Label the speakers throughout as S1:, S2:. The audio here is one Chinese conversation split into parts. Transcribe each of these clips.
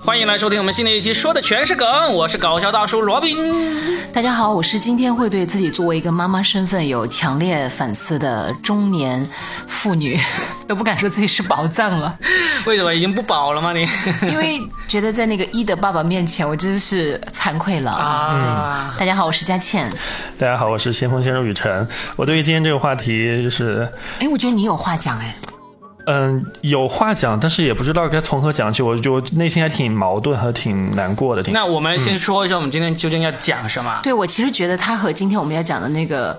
S1: 欢迎来收听我们新的一期，说的全是梗，我是搞笑大叔罗宾。
S2: 大家好，我是今天会对自己作为一个妈妈身份有强烈反思的中年妇女，都不敢说自己是宝藏 了，
S1: 为什么已经不保了吗你？
S2: 因为觉得在那个一的爸爸面前，我真是惭愧了 啊！对，大家好，我是佳倩。
S3: 大家好，我是先锋先生雨辰。我对于今天这个话题，就是
S2: 哎，我觉得你有话讲哎。
S3: 嗯，有话讲，但是也不知道该从何讲起，我就内心还挺矛盾和挺难过的。挺
S1: 那我们先说一下，我们今天究竟要讲什么？
S2: 对我其实觉得他和今天我们要讲的那个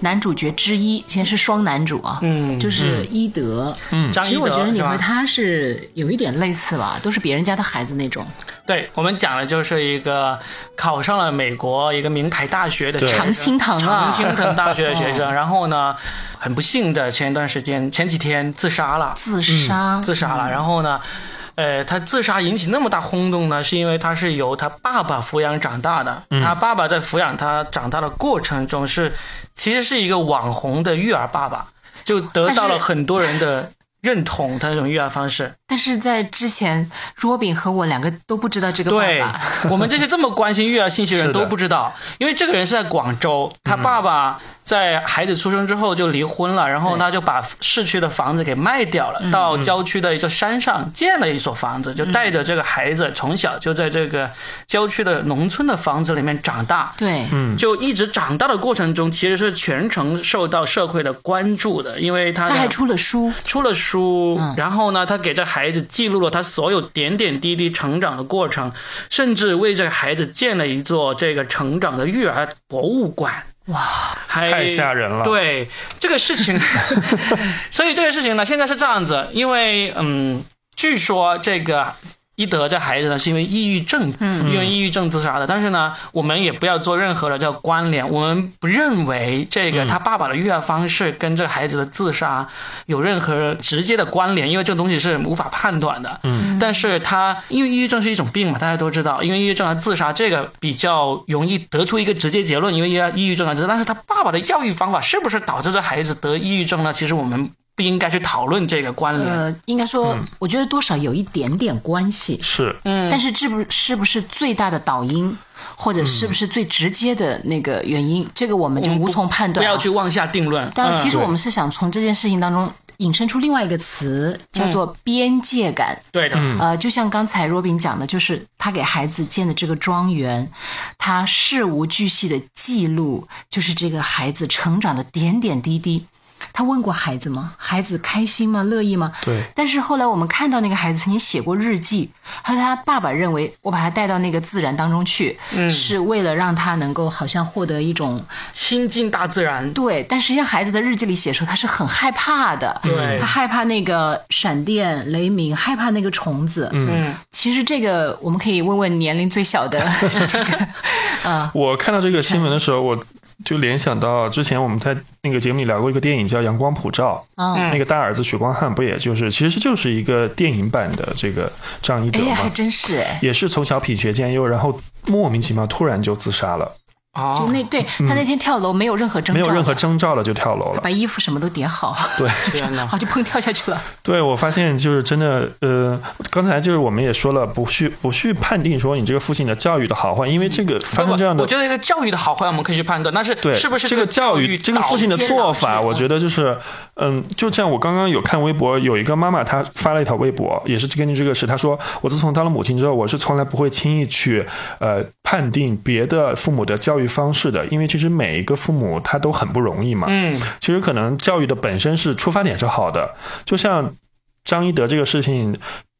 S2: 男主角之一，其实是双男主啊，嗯，就是伊德，嗯，
S1: 张一
S2: 其实我觉
S1: 德
S2: 得你
S1: 是吧
S2: 和他是有一点类似吧，都是别人家的孩子那种
S1: 对我们讲的就是一个考上了美国一个名牌大学的
S3: 对
S1: 学生
S2: 常青藤啊
S1: 常，青藤大学的学生，然后呢，很不幸的前一段时间前几天自杀了，
S2: 嗯自杀，
S1: 自杀了，然后呢？呃，他自杀引起那么大轰动呢，是因为他是由他爸爸抚养长大的。
S2: 嗯
S1: 他爸爸在抚养他长大的过程中是，其实是一个网红的育儿爸爸，就得到了
S2: 但是
S1: 很多人的认同。他这种育儿方式，
S2: 但是在之前，Robin 和我两个都不知道这个
S1: 对
S2: 爸爸，
S1: 我们这些这么关心育儿信息的人
S3: 是的
S1: 都不知道，因为这个人是在广州，他爸爸在孩子出生之后就离婚了，然后
S2: 嗯对嗯
S1: 他就把市区的房子给卖掉了，到郊区的一座山上建了一所房子，就带着这个孩子从小就在这个郊区的农村的房子里面长大。
S2: 对，
S1: 就一直长大的过程中，其实是全程受到社会的关注的，因为他
S2: 他还
S1: 的
S2: 出了书，
S1: 出了书，
S2: 嗯
S1: 然后呢，他给这孩子记录了他所有点点滴滴成长的过程，甚至为这个孩子建了一座这个成长的育儿博物馆。
S2: 哇，
S1: 还
S3: 太吓人了
S1: 对这个事情， 所以这个事情呢，现在是这样子，因为嗯，据说这个。伊德这孩子呢，是因为抑郁症，嗯，因为抑郁症自杀的。但是呢，我们也不要做任何的叫关联，我们不认为这个他爸爸的育儿方式跟这个孩子的自杀有任何直接的关联，因为这个东西是无法判断的。嗯，但是他因为抑郁症是一种病嘛，大家都知道，因为抑郁症他自杀这个比较容易得出一个直接结论，因为抑郁症啊，但是他爸爸的教育方法是不是导致这孩子得抑郁症呢？其实我们不应该去讨论这个关联。
S2: 呃，应该说，
S1: 嗯
S2: 我觉得多少有一点点关系，
S3: 是，
S2: 但是这不是不是最大的导因，或者是不是最直接的那个原因，这个我们就
S1: 嗯我们
S2: 无
S1: 哎不
S2: 从判
S1: 不
S2: 断啊。
S1: 要去妄下定论。
S2: 但
S1: 嗯
S2: 其实我们是想从这件事情当中引申出另外一个词，
S1: 嗯
S2: 叫做边界感。
S1: 对
S3: 嗯
S1: 的，
S2: 呃，就像刚才若冰讲的，就是他给孩子建的这个庄园，他事无巨细的记录，就是这个孩子成长的点点滴滴。他问过孩子吗？孩子开心吗？乐意吗？
S3: 对
S2: 但是后来我们看到那个孩子曾经写过日记，和他爸爸认为我把他带到那个自然当中去，是为了让他能够好像获得一种
S1: 亲近大自然，
S2: 对，但实际上孩子的日记里写说他是很害怕的，
S1: 嗯对
S2: 他害怕那个闪电、雷鸣，害怕那个虫子。嗯，其实这个我们可以问问年龄最小 的这个，呃，
S3: 我看到这个新闻的时候，我就联想到之前我们在那个节目里聊过一个电影叫《阳光普照》，
S2: 嗯
S3: 那个大儿子许光汉不也就是其实就是一个电影版的这个张一
S2: 哎
S3: 德
S2: 呀，还
S3: 嘛，
S2: 真是哎，
S3: 也是从小品学兼优，然后莫名其妙突然就自杀了，
S2: 就
S1: 哦，
S2: 那对他那天跳楼没有任何征
S3: 嗯没
S2: 兆，
S3: 有任何，征兆了就跳楼了。
S2: 把衣服什么都叠好，
S3: 对，
S1: 天 哪！
S2: 好就砰跳下去了。
S3: 对，我发现就是真的，呃，刚才就是我们也说了，不去不去判定说你这个父亲的教育的好坏，因为这个发生这样
S1: 不
S3: 的
S1: 我觉得一个教育的好坏，我们可以去判断，但是
S3: 对，
S1: 是不是
S3: 这个教育这个父亲的做法，我觉得就是，嗯，就像我刚刚有看微博，有一个妈妈她发了一条微博，也是根据这个事，她说我自从当了母亲之后，我是从来不会轻易去呃判定别的父母的教育方式的，因为其实每一个父母他都很不容易嘛。
S1: 嗯，
S3: 其实可能教育的本身是出发点是好的，就像张一德这个事情。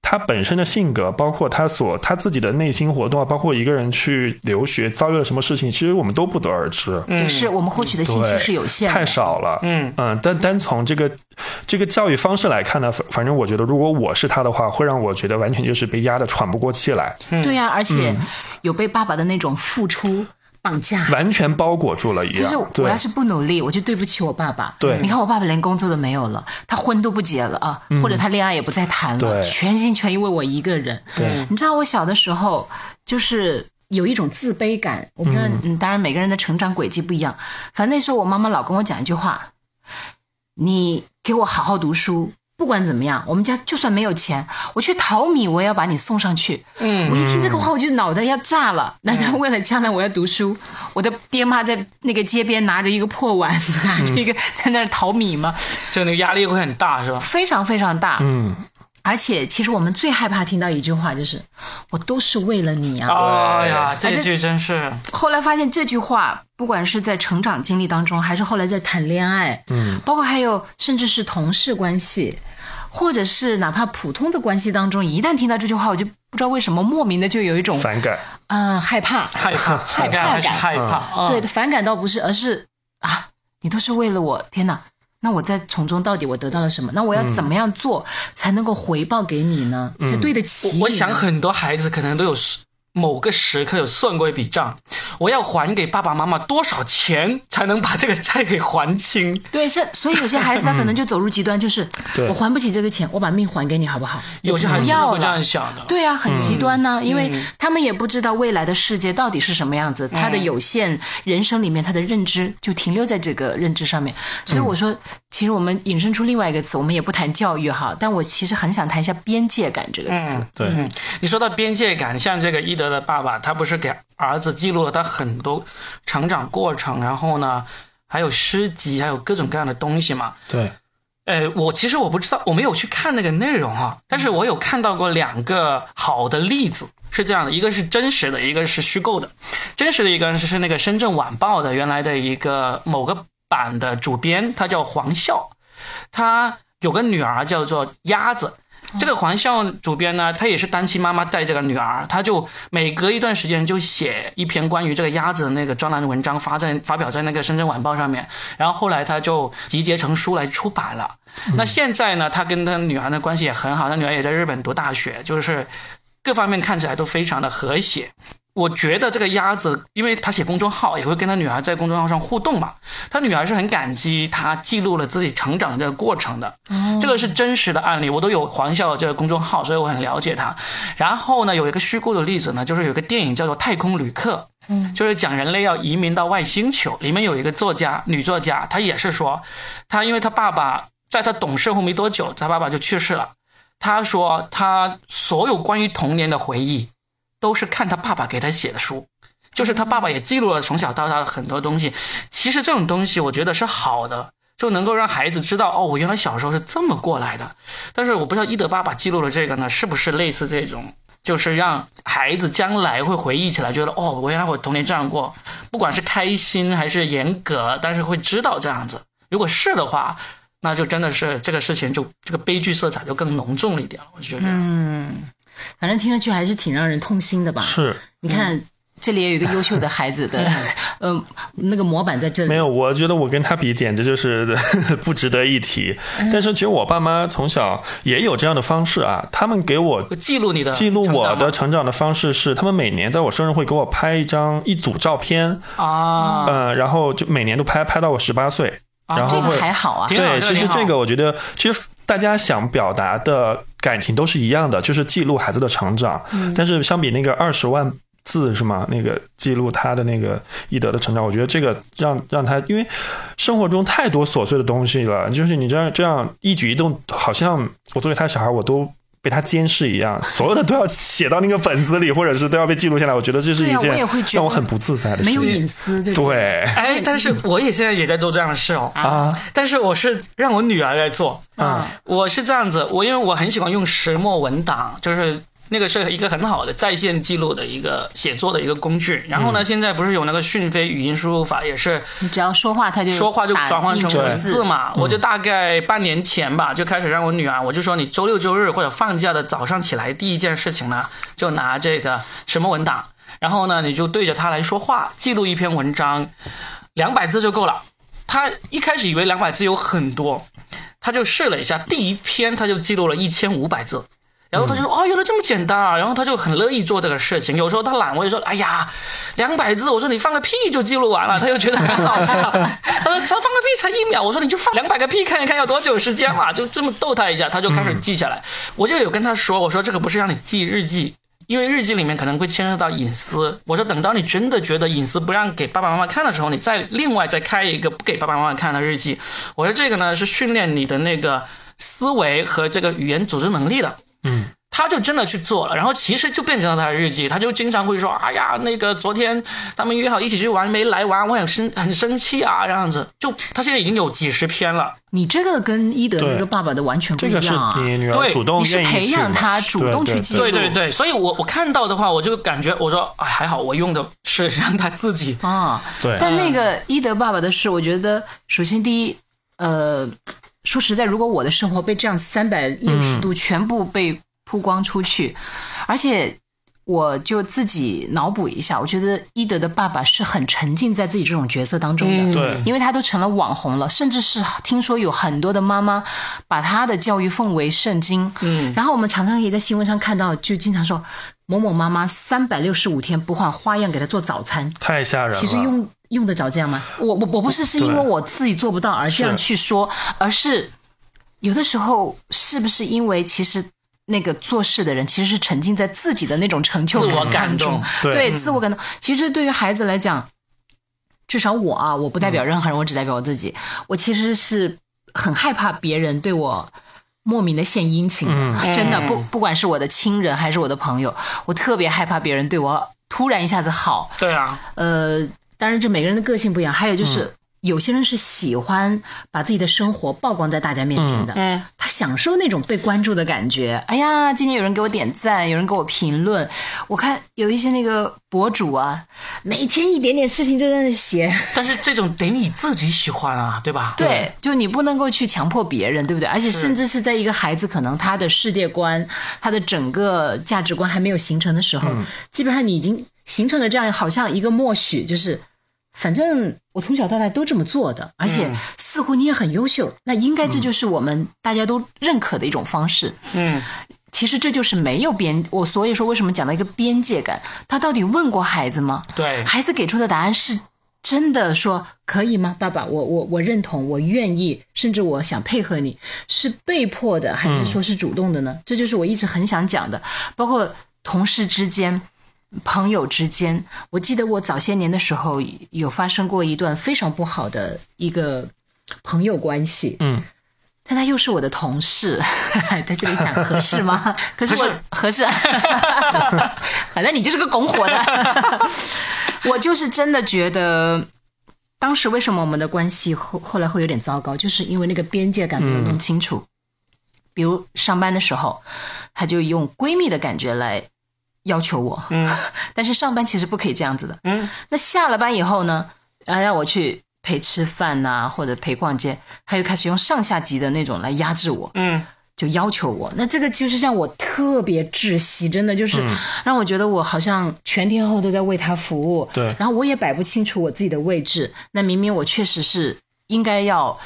S3: 他本身的性格，包括他所他自己的内心活动啊，包括一个人去留学遭遇了什么事情，其实我们都不得而知。
S2: 也是我们获取的信息
S3: 嗯对
S2: 是有限
S3: 太
S2: 的。
S3: 少了。
S1: 嗯
S3: 但单从这个这个教育方式来看呢，反反正我觉得，如果我是他的话，会让我觉得完全就是被压得喘不过气来，
S2: 对呀、而且
S3: 嗯
S2: 有被爸爸的那种付出绑架。
S3: 完全包裹住了一
S2: 其实
S3: 样。哎对
S2: 我要是不努力，我就对不起我爸爸。
S3: 对嗯
S2: 你看我爸爸连工作都没有了，他婚都不结了啊，或者他恋爱也不再谈了，
S3: 对
S2: 全心全意为我一个人。
S3: 对，
S2: 你知道我小的时候就是。有一种自卑感，我不知道，嗯，当然每个人的成长轨迹不一样。反正那时候我妈妈老跟我讲一句话：“你给我好好读书，不管怎么样，我们家就算没有钱，我去淘米，我也要把你送上去。嗯，我一听这个话，我就脑袋要炸了。难道为了将来我要读书，我的爹妈在那个街边拿着一个破碗， 拿着一个在那儿淘米吗？
S1: 就那个压力会很大，是吧？
S2: 非常非常大。
S3: 嗯，
S2: 而且，其实我们最害怕听到一句话，就是“我都是为了你啊”。
S1: 哎呀，这
S2: 这
S1: 句真是
S2: 后来发现这句话，不管是在成长经历当中，还是后来在谈恋爱，
S3: 嗯，
S2: 包括还有甚至是同事关系，或者是哪怕普通的关系当中，一旦听到这句话，我就不知道为什么莫名的就有一种
S3: 反感，
S2: 嗯、呃害怕，
S1: 害怕，
S3: 哎
S2: 害怕
S1: 感还是
S2: 感
S1: 害怕
S3: 嗯
S1: 啊？
S2: 对，反感倒不是，而是啊，你都是为了我，天哪！那我在从中到底我得到了什么？那我
S1: 嗯
S2: 要怎么样做才能够回报给你呢？才对得起你
S1: 我我
S2: 呢
S1: 想很多孩子可能都有时某个时刻有算过一笔账，我要还给爸爸妈妈多少钱才能把这个债给还清？
S2: 对，是，所以有些孩子他可
S1: 嗯
S2: 能就走入极端，就是
S3: 对
S2: 我还不起这个钱，我把命还给你好不好？
S1: 有些孩子
S2: 不要
S1: 会这
S2: 了
S1: 样想的。
S2: 对啊，很极端呢、因为他们也不知道未来的世界到底是什么样子，他的有限人生里面，他的认知就停留在这个认知上面。所以我说，其实我们引申出另外一个词，我们也不谈教育哈，但我其实很想谈一下边界感这个词。
S3: 对，
S1: 你说到边界感，像这个伊德的爸爸，他不是给儿子记录了他很多成长过程，然后呢，还有诗集，还有各种各样的东西嘛。
S3: 对，
S1: 呃，我其实我不知道，我没有去看那个内容哈，但是我有看到过两个好的例子，是这样的，一个是真实的，一个是虚构的。真实的一个是那个《深圳晚报》的原来的一个某个版的主编，他叫黄笑，他有个女儿叫做鸭子。这个黄笑主编呢，她也是单亲妈妈带这个女儿，她就每隔一段时间就写一篇关于这个鸭子的那个专栏文章，发在发表在那个《深圳晚报》上面。然后后来她就集结成书来出版了。那现在呢，她跟她女儿的关系也很好，她女儿也在日本读大学，就是各方面看起来都非常的和谐。我觉得这个鸭子，因为他写公众号，也会跟他女儿在公众号上互动嘛。他女儿是很感激他记录了自己成长的这个过程的。这个是真实的案例，我都有黄笑这个公众号，所以我很了解他。然后呢，有一个虚构的例子呢，就是有一个电影叫做《太空旅客》，就是讲人类要移民到外星球。里面有一个作家，女作家，她也是说，她因为她爸爸在她懂事后没多久，她爸爸就去世了。她说她所有关于童年的回忆，都是看她爸爸给她写的书。就是她爸爸也记录了从小到大的很多东西，其实这种东西我觉得是好的，就能够让孩子知道哦，我原来小时候是这么过来的。但是我不知道伊德爸爸记录了这个呢，是不是类似这种，就是让孩子将来会回忆起来，觉得哦，我原来我童年这样过，不管是开心还是严格，但是会知道这样子。如果是的话，那就真的是这个事情就这个悲剧色彩就更浓重了一点了，我觉得。
S3: 嗯
S2: 反正听上去还是挺让人痛心的吧？
S3: 是
S2: 你看。这里也有一个优秀的孩子的，呃，那个模板在这里。
S3: 没有，我觉得我跟他比，简直就是 不值得一提。
S1: 嗯
S3: 但是其实我爸妈从小也有这样的方式啊，他们给我
S1: 记录你的
S3: 记录
S1: 嗯成
S3: 我
S1: 长
S3: 的
S1: 吗
S3: 成长的方式是，他们每年在我生日会给我拍一张一组照片，
S1: 啊，
S3: 呃，然后就每年都拍，拍到我十八岁，
S1: 啊
S3: 然
S2: 这
S3: 后
S2: 个
S3: 会
S2: 还好啊，
S1: 挺好
S3: 对，
S1: 这
S3: 其实
S1: 挺好
S3: 这个我觉得，其实大家想表达的感情都是一样的，就是记录孩子的成长。
S2: 嗯
S3: 但是相比那个二十万字是吗？那个记录他的那个易德的成长，我觉得这个让让他，因为生活中太多琐碎的东西了，就是你这样这样一举一动，好像我作为他的小孩，我都。被他监视一样，所有的都要写到那个本子里，或者是都要被记录下来。我觉得这是
S2: 对
S3: 一
S2: 啊
S3: 件
S2: 我也会觉得
S3: 让我很不自在的事
S2: 没
S3: 情。
S2: 有隐私，对不对？
S3: 对
S1: 哎，但是我也现在也在做这样的事哦，
S3: 啊
S1: 但是我是让我女儿来做，
S3: 啊
S1: 我是这样子，我因为我很喜欢用石墨文档，就是那个是一个很好的在线记录的一个写作的一个工具。然后呢，
S3: 嗯
S1: 现在不是有那个讯飞语音输入法，也是
S2: 你只要说话，他就
S1: 说话就
S2: 打
S1: 转换成
S2: 印
S1: 文字嘛。嗯我就大概半年前吧，就开始让我女儿，我就说你周六周日或者放假的早上起来，第一件事情呢，就拿这个什么文档，然后呢，你就对着它来说话，记录一篇文章，两百字就够了。她一开始以为两百字有很多，她就试了一下，第一篇她就记录了一千五百字。然后他就说：“哦，原来这么简单啊！”然后他就很乐意做这个事情。有时候他懒，我就说：“哎呀，两百字，我说你放个屁就记录完了。” 他又觉得很好笑。他说：“他放个屁才一秒。”我说：“你就放两百个屁看一看要多久时间嘛？”就这么逗他一下，他就开始记下来。我就有跟他说：“我说这个不是让你记日记。”因为日记里面可能会牵涉到隐私，我说等到你真的觉得隐私不让给爸爸妈妈看的时候，你再另外再开一个不给爸爸妈妈看的日记。我说这个呢是训练你的那个思维和这个语言组织能力的。
S3: 嗯，
S1: 他就真的去做了，然后其实就变成了他的日记。他就经常会说：“哎呀，那个昨天他们约好一起去玩，没来玩，我很生很生气啊。”这样子，就他现在已经有几十篇了。
S2: 你这个跟伊德那
S3: 对
S2: 个爸爸的完全不
S3: 这
S2: 一
S3: 个是
S2: 样啊！
S3: 你女儿
S1: 对
S3: 主动
S2: 你是
S3: 愿意
S2: 培
S3: 去
S2: 养
S3: 嘛
S2: 她主
S3: 对
S2: 动去
S3: 对
S2: 记
S3: 对
S1: 对对对，所以我我看到的话，我就感觉我说：“哎，还好我用的是让他自己。
S2: 啊，
S3: 对
S2: 但那个伊德爸爸的事，我觉得首先第一，呃，说实在，如果我的生活被这样三百六十度全部被曝光出去，而且我就自己脑补一下，我觉得伊德的爸爸是很沉浸在自己这种角色当中的。
S3: 对
S2: 因为他都成了网红了，甚至是听说有很多的妈妈把他的教育奉为圣经。嗯，然后我们常常也在新闻上看到，就经常说某某妈妈三百六十五天不换花样给他做早餐，
S3: 太吓人了。
S2: 其实 用用得着这样吗？我我我不是是因为
S3: 对
S2: 我自己做不到而这样
S3: 是
S2: 去说，而是有的时候是不是因为其实。那个做事的人其实是沉浸在自己的那种成就
S1: 自我
S2: 感
S1: 感
S2: 当中
S1: 动，
S3: 对嗯
S2: 自我感动。其实对于孩子来讲，至少我啊，我不代表任何人，我只代表我自己。我其实是很害怕别人对我莫名的献殷勤的，
S3: 嗯
S2: 真的不不管是我的亲人还是我的朋友，我特别害怕别人对我突然一下子好，
S1: 对啊，
S2: 呃，当然这每个人的个性不一样，还有就是。有些人是喜欢把自己的生活曝光在大家面前的，
S1: 嗯
S2: 他享受那种被关注的感觉。哎呀，今天有人给我点赞，有人给我评论。我看有一些那个博主啊，每天一点点事情就在那写，
S1: 但是这种得你自己喜欢啊，对吧？
S2: 对，就你不能够去强迫别人，对不对？而且甚至是在一个孩子可能他的世界观、他的整个价值观还没有形成的时
S1: 嗯
S2: 候，基本上你已经形成了这样好像一个默许，就是反正我从小到大都这么做的，而且
S1: 嗯
S2: 似乎你也很优秀，那应该这就是我们大家都认可的一种方式。
S1: 嗯，
S2: 其实这就是没有边，我所以说为什么讲到一个边界感，他到底问过孩子吗？
S1: 对
S2: 孩子给出的答案是真的说可以吗？爸爸，我我我认同，我愿意，甚至我想配合你，是被迫的还是说是主动的呢？这就是我一直很想讲的，包括同事之间。朋友之间，我记得我早些年的时候有发生过一段非常不好的一个朋友关系，
S3: 嗯，
S2: 但他又是我的同事， 在这里讲合适吗？可是我
S1: 合适
S2: 合适， 反正你就是个拱火的。我就是真的觉得，当时为什么我们的关系后后来会有点糟糕，就是因为那个边界感没有弄清楚。比如上班的时候，他就用闺蜜的感觉来要求我，嗯， 但是上班其实不可以这样子的，
S1: 嗯，
S2: 那下了班以后呢，啊，让我去陪吃饭呐、或者陪逛街，他又开始用上下级的那种来压制我，
S1: 嗯，
S2: 就要求我，那这个就是让我特别窒息，真的就是让我觉得我好像全天候都在为他服务，
S3: 对
S2: 然后我也摆不清楚我自己的位置，那明明我确实是应该要。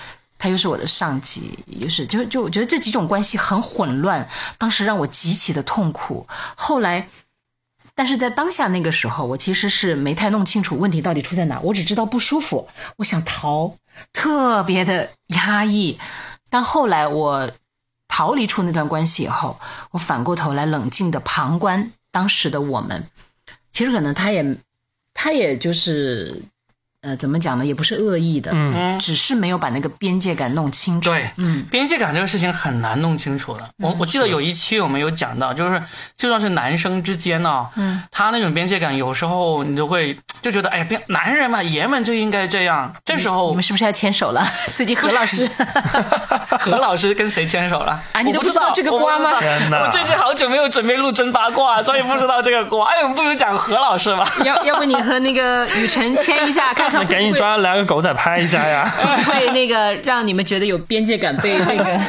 S2: 他又是我的上级，又是就就我觉得这几种关系很混乱，当时让我极其的痛苦。后来但是在当下那个时候，我其实是没太弄清楚问题到底出在哪儿，我只知道不舒服，我想逃，特别的压抑。但后来我逃离出那段关系以后，我反过头来冷静的旁观当时的我们，其实可能他也，他也就是，呃，怎么讲呢，也不是恶意的，
S3: 嗯
S2: 只是没有把那个边界感弄清楚。
S1: 对，
S2: 嗯，
S1: 边界感这个事情很难弄清楚的。我我记得有一期我们有讲到，就是就算是男生之间呢、
S2: 嗯，
S1: 他那种边界感，有时候你就会就觉得，哎呀，边男人嘛，爷们就应该这样。这时
S2: 我
S1: 候
S2: 们是不是要牵手了？ 最近何老师
S1: 何老师跟谁牵手了？
S2: 啊你都
S1: 我不
S2: 不知道这个瓜吗
S1: 我不知道
S3: 天哪
S1: 我最近好久没有准备录真八卦，所以不知道这个瓜。哎，我们不如讲何老 师吧。
S2: 要要不你和那个雨辰牵一 下，看看
S3: 那
S2: 会不会
S3: 赶紧抓来个狗仔拍一下 呀！
S1: 嗯
S2: 会那个让你们觉得有边界感，被那个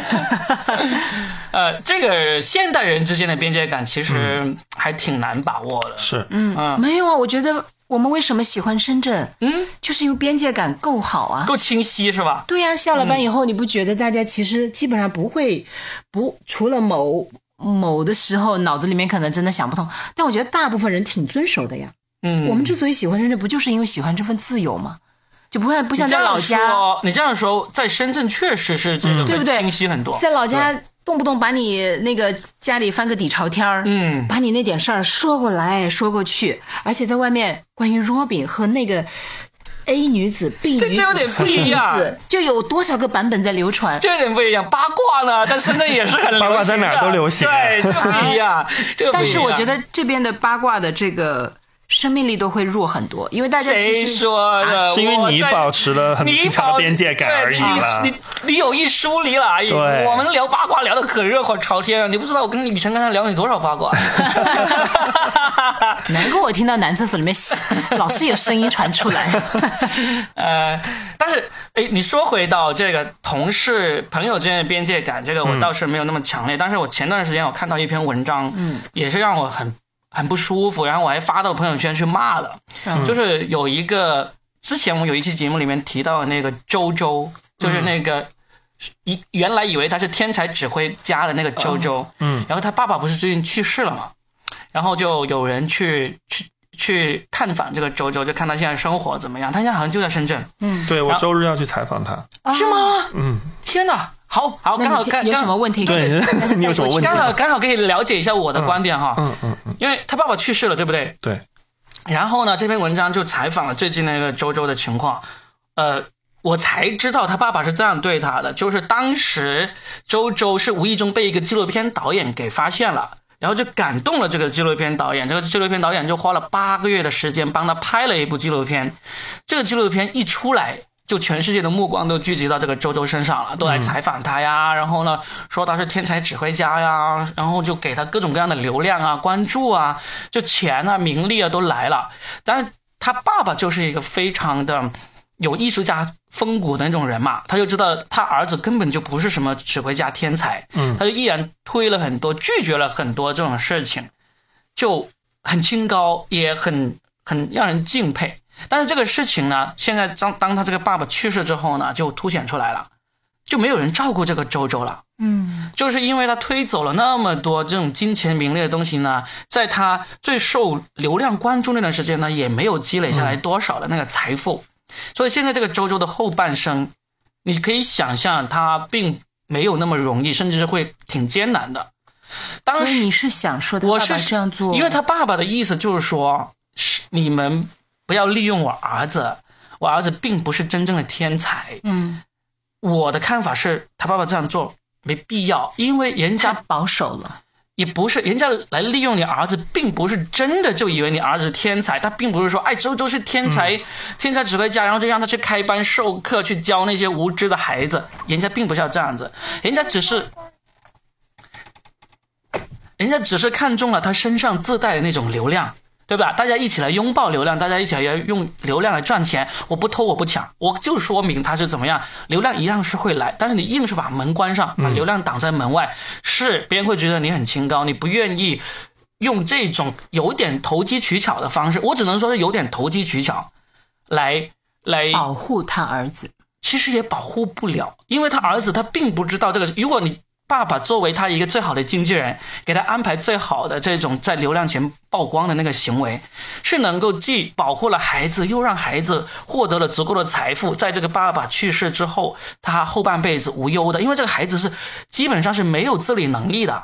S1: 呃，这个现代人之间的边界感其
S3: 嗯
S1: 实还挺难把握的。
S3: 是，
S2: 没有啊？我觉得我们为什么喜欢深圳？
S1: 嗯，
S2: 就是因为边界感够好啊。
S1: 够清晰是吧？
S2: 对呀、下了班以后，你不觉得大家其实基本上不会不除了某某的时候，脑子里面可能真的想不通，但我觉得大部分人挺遵守的呀。
S1: 嗯，
S2: 我们之所以喜欢深圳，不就是因为喜欢这份自由吗？就不会不像
S1: 你这
S2: 在
S1: 样
S2: 老家，
S1: 说，你这样说，在深圳确实是
S3: 嗯
S1: 这个
S2: 对不
S1: 会
S2: 对？
S1: 清晰很多。
S2: 在老家动不动把你那个家里翻个底朝天儿，
S1: 嗯
S2: 把你那点事儿说过来说过去，而且在外面关于 Robin 和那个。
S4: A 女子、B 女
S1: 这
S4: 子、
S1: 这有点不
S4: C
S1: 一
S4: 女
S1: 样
S4: 子，
S2: 就有多少个版本在流传？
S1: 这有点不一样。八卦呢，在深圳也是很流行的，
S3: 八卦在哪儿都流行啊
S1: 对，这个不一 样，这个不一样。
S2: 哎但是我觉得这边的八卦的这个生命力都会弱很多，因为大家其
S1: 谁
S2: 实
S1: 说的？
S3: 啊是因为
S1: 我
S3: 你
S1: 在
S3: 保持了很
S1: 你
S3: 强
S1: 跑
S3: 的边界感而已
S1: 对
S3: 了
S1: 你。你你你有意疏离了而已。
S3: 对
S1: 我们聊八卦聊得可热火朝天了，你不知道我跟雨辰刚才聊你多少八卦。
S2: 难怪我听到男厕所里面 老是有声音传出来。
S1: 呃，但是哎，你说回到这个同事朋友之间的边界感，这个我倒是没有那么强烈。但是我前段时间我看到一篇文章，嗯，也是让我很很不舒服，然后我还发到朋友圈去骂了。就是有一个之前我们有一期节目里面提到的那个周周，就是那个。以原来以为他是天才指挥家的那个周周，嗯，然后他爸爸不是最近去世了嘛，然后就有人去去去探访这个周周，就看他现在生活怎么样。他现在好像就在深圳，
S3: 对我
S1: 然后
S3: 周日要去采访他。
S1: 是吗？
S3: 嗯，
S1: 天哪，好 好，
S2: 哦那
S1: 刚好
S2: 你
S1: 刚
S2: 有什么
S1: 刚
S2: 问题？
S3: 对， 你你有什么问题
S1: 刚好
S3: 吗？
S1: 刚好可以了解一下我的观点哈，
S3: 嗯嗯嗯，
S1: 因为他爸爸去世了，对不对？
S3: 对，
S1: 然后呢，这篇文章就采访了最近那个周周的情况，呃，我才知道他爸爸是这样对他的，就是当时周周是无意中被一个纪录片导演给发现了。然后就感动了这个纪录片导演，这个纪录片导演就花了八个月的时间帮他拍了一部纪录片。这个纪录片一出来，就全世界的目光都聚集到这个周周身上了，都来采访他呀，然后呢说他是天才指挥家呀，然后就给他各种各样的流量啊、关注啊，就钱啊、名利啊都来了。但是他爸爸就是一个非常的有艺术家风骨的那种人嘛，他就知道他儿子根本就不是什么指挥家天才，嗯，他就依然推了很多，拒绝了很多这种事情，就很清高，也很很让人敬佩。但是这个事情呢，现在当当他这个爸爸去世之后呢，就凸显出来了，就没有人照顾这个周周了。就是因为他推走了那么多这种金钱名利的东西呢，在他最受流量关注那段时间呢，也没有积累下来多少的那个财富，所以现在这个周周的后半生，你可以想象他并没有那么容易，甚至是会挺艰难的。当
S2: 所以
S1: 时
S2: 你是想说他
S1: 我
S2: 爸
S1: 是
S2: 爸这样做，
S1: 因为他爸爸的意思就是说，是你们不要利用我儿子，我儿子并不是真正的天才。
S2: 嗯
S1: 我的看法是他爸爸这样做没必要，因为人
S2: 太
S1: 家
S2: 保守了，
S1: 也不是人家来利用你儿子，并不是真的就以为你儿子天才，他并不是说哎周周是天才、天才指挥家，然后就让他去开班授课，去教那些无知的孩子，人家并不是要这样子，人家只是。人家只是看中了他身上自带的那种流量，对吧？大家一起来拥抱流量，大家一起来用流量来赚钱。我不偷，我不抢，我就说明他是怎么样，流量一样是会来，但是你硬是把门关上，把流量挡在门外，是别人会觉得你很清高，你不愿意用这种有点投机取巧的方式，我只能说是有点投机取巧，来来
S2: 保护他儿子。
S1: 其实也保护不了，因为他儿子他并不知道这个。如果你爸爸作为他一个最好的经纪人，给他安排最好的这种在流量前曝光的那个行为，是能够既保护了孩子，又让孩子获得了足够的财富，在这个爸爸去世之后，他后半辈子无忧的。因为这个孩子是基本上是没有自理能力的，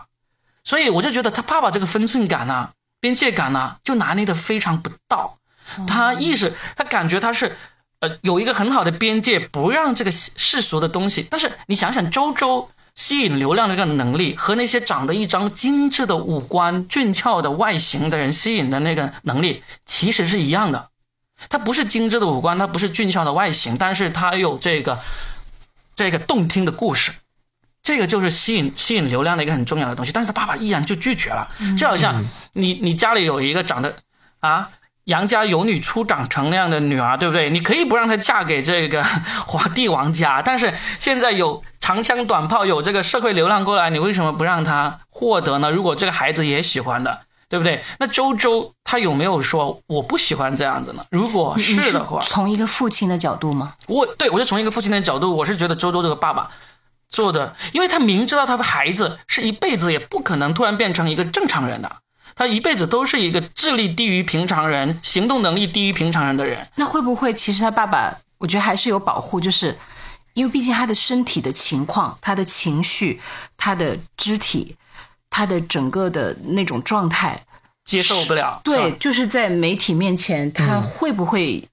S1: 所以我就觉得他爸爸这个分寸感呐、啊边界感呐、就拿捏的非常不到。他意识，他感觉他是呃，有一个很好的边界，不让这个世世俗的东西。但是你想想，周周吸引流量的这个能力，和那些长得一张精致的五官、俊俏的外形的人吸引的那个能力，其实是一样的。他不是精致的五官，他不是俊俏的外形，但是他有这个这个动听的故事。这个就是吸引吸引流量的一个很重要的东西，但是他爸爸依然就拒绝了，
S2: 嗯
S1: 就好像你你家里有一个长得啊杨家有女初长成那样的女儿，对不对？你可以不让她嫁给这个 皇帝王家，但是现在有长枪短炮，有这个社会流浪过来，你为什么不让她获得呢？如果这个孩子也喜欢的，对不对？那周周他有没有说我不喜欢这样子呢？如果
S2: 你
S1: 啊是的话，
S2: 从一个父亲的角度吗？
S1: 我对我就从一个父亲的角度，我是觉得周周这个爸爸做的，因为他明知道他的孩子是一辈子也不可能突然变成一个正常人的，他一辈子都是一个智力低于平常人、行动能力低于平常人的人。
S2: 那会不会其实他爸爸，我觉得还是有保护，就是因为毕竟他的身体的情况、他的情绪、他的肢体、他的整个的那种状态，
S1: 接受不了，是啊
S2: 对，
S1: 吧
S2: 就是在媒体面前，他会不会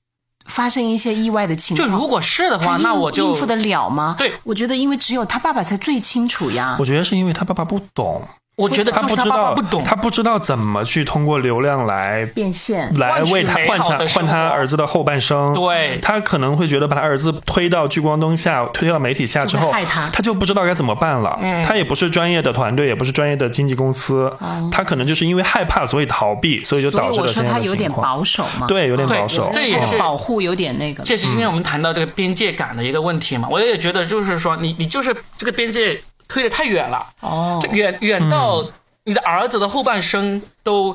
S2: 发生一些意外的情
S1: 就
S2: 况，
S1: 如果是的话，
S2: 他应
S1: 那我就
S2: 应付得了吗？
S1: 对，
S2: 我觉得因为只有他爸爸才最清楚呀
S3: 我。觉得是因为他爸爸不懂，
S1: 我觉得
S3: 他
S1: 就是
S3: 知
S1: 他爸爸
S3: 道，
S1: 不懂，
S3: 他不知道怎么去通过流量来
S2: 变现，
S3: 来
S1: 换取
S3: 为他
S1: 美
S3: 换
S1: 好的
S3: 他换
S1: 生
S3: 他
S1: 活
S3: 儿子的后半生。
S1: 对
S3: 他可能会觉得把他儿子推到聚光灯下，推到媒体下之
S2: 就
S3: 后，
S2: 会害他
S3: 就不知道该怎么办了。
S1: 嗯
S3: 他也不是专业的团队，也不是专业的经纪公司，他可能就是因为害怕，所以逃避，所以就
S2: 哦所
S3: 导
S2: 以
S3: 致
S2: 我
S3: 了
S2: 说
S3: 现在
S2: 他
S3: 的
S2: 有
S3: 情
S2: 点
S3: 况。
S2: 保守嘛，
S3: 对，有点
S1: 对
S3: 保守。
S1: 这也
S2: 他
S1: 是
S2: 的保护有点那个。
S1: 这是今天我们谈到这个边界感的一个问题嘛。我也觉得就是说，你你就是这个边界推得太远了，
S2: 哦嗯
S1: 就，远远到你的儿子的后半生都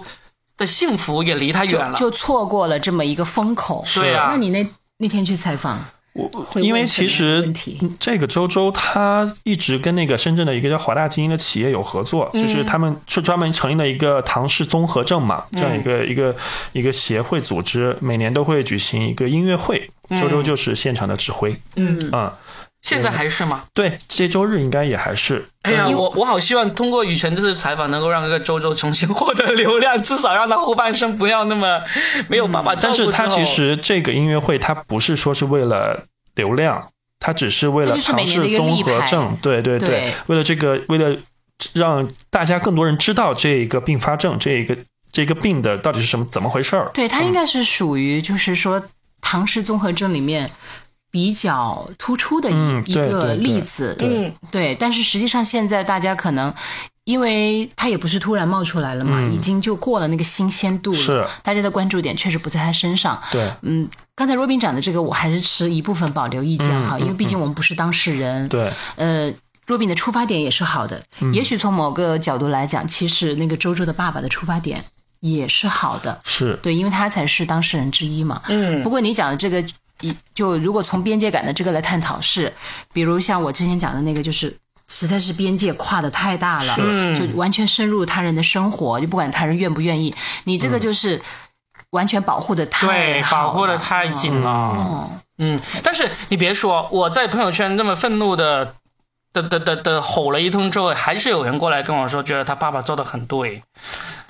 S1: 的幸福也离他远了。
S2: 就错过了这么一个风口。
S1: 对啊
S2: 那你那那天去采访，会
S3: 因为
S2: 问什么
S3: 其实
S2: 问题
S3: 嗯这个周周他一直跟那个深圳的一个叫华大基因的企业有合作，
S2: 嗯
S3: 就是他们是专门成立了一个唐氏综合症嘛，
S2: 嗯
S3: 这样一个一个一个协会组织，每年都会举行一个音乐会，
S2: 嗯
S3: 周周就是现场的指挥。
S1: 嗯
S3: 嗯，
S1: 现在还是吗？
S3: 对，这周日应该也还是
S1: 哎呀，我我好希望通过雨辰这次采访，能够让这个周周重新获得流量，至少让他后半生不要那么没有爸爸照
S3: 但
S1: 顾之后。
S3: 是他其实这个音乐会，他不是说是为了流量，他只是为了
S2: 它就是
S3: 唐
S2: 每年的一
S3: 氏
S2: 个
S3: 综
S2: 立
S3: 合
S2: 牌
S3: 症，对对对，
S2: 对
S3: 为了这个，为了让大家更多人知道这个并发症，这个这个病的到底是什么怎么回事儿。
S2: 对他应该是属于就是说唐氏综合症里面比较突出的一、
S3: 嗯
S2: 一
S3: 对
S2: 个
S3: 对对
S2: 例子。
S3: 对
S1: 嗯，
S2: 对，但是实际上现在大家可能。因为它也不是突然冒出来了嘛，
S3: 嗯
S2: 已经就过了那个新鲜度
S3: 是
S2: 了。大家的关注点确实不在他身上。
S3: 对
S2: 嗯，刚才若冰讲的这个，我还是持一部分保留意见哈，
S3: 嗯
S2: 因为毕竟我们不是当事人。
S3: 对，
S2: 呃，若冰的出发点也是好的，
S1: 嗯
S2: 也许从某个角度来讲，其实那个周周的爸爸的出发点也是好的，
S3: 是
S2: 对，因为他才是当事人之一嘛。
S1: 嗯
S2: 不过你讲的这个，一就如果从边界感的这个来探讨，是，比如像我之前讲的那个，就是。实在是边界跨的太大了，
S1: 嗯
S2: 就完全深入他人的生活，就不管他人愿不愿意，你这个就是完全保护的
S1: 嗯
S2: 太
S1: 对，
S2: 好
S1: 保护的
S2: 了
S1: 太
S2: 嗯
S1: 紧了。
S2: 哦，
S1: 嗯，但是你别说，我在朋友圈那么愤怒的。的的的的吼了一通之后，还是有人过来跟我说，觉得他爸爸做的很对。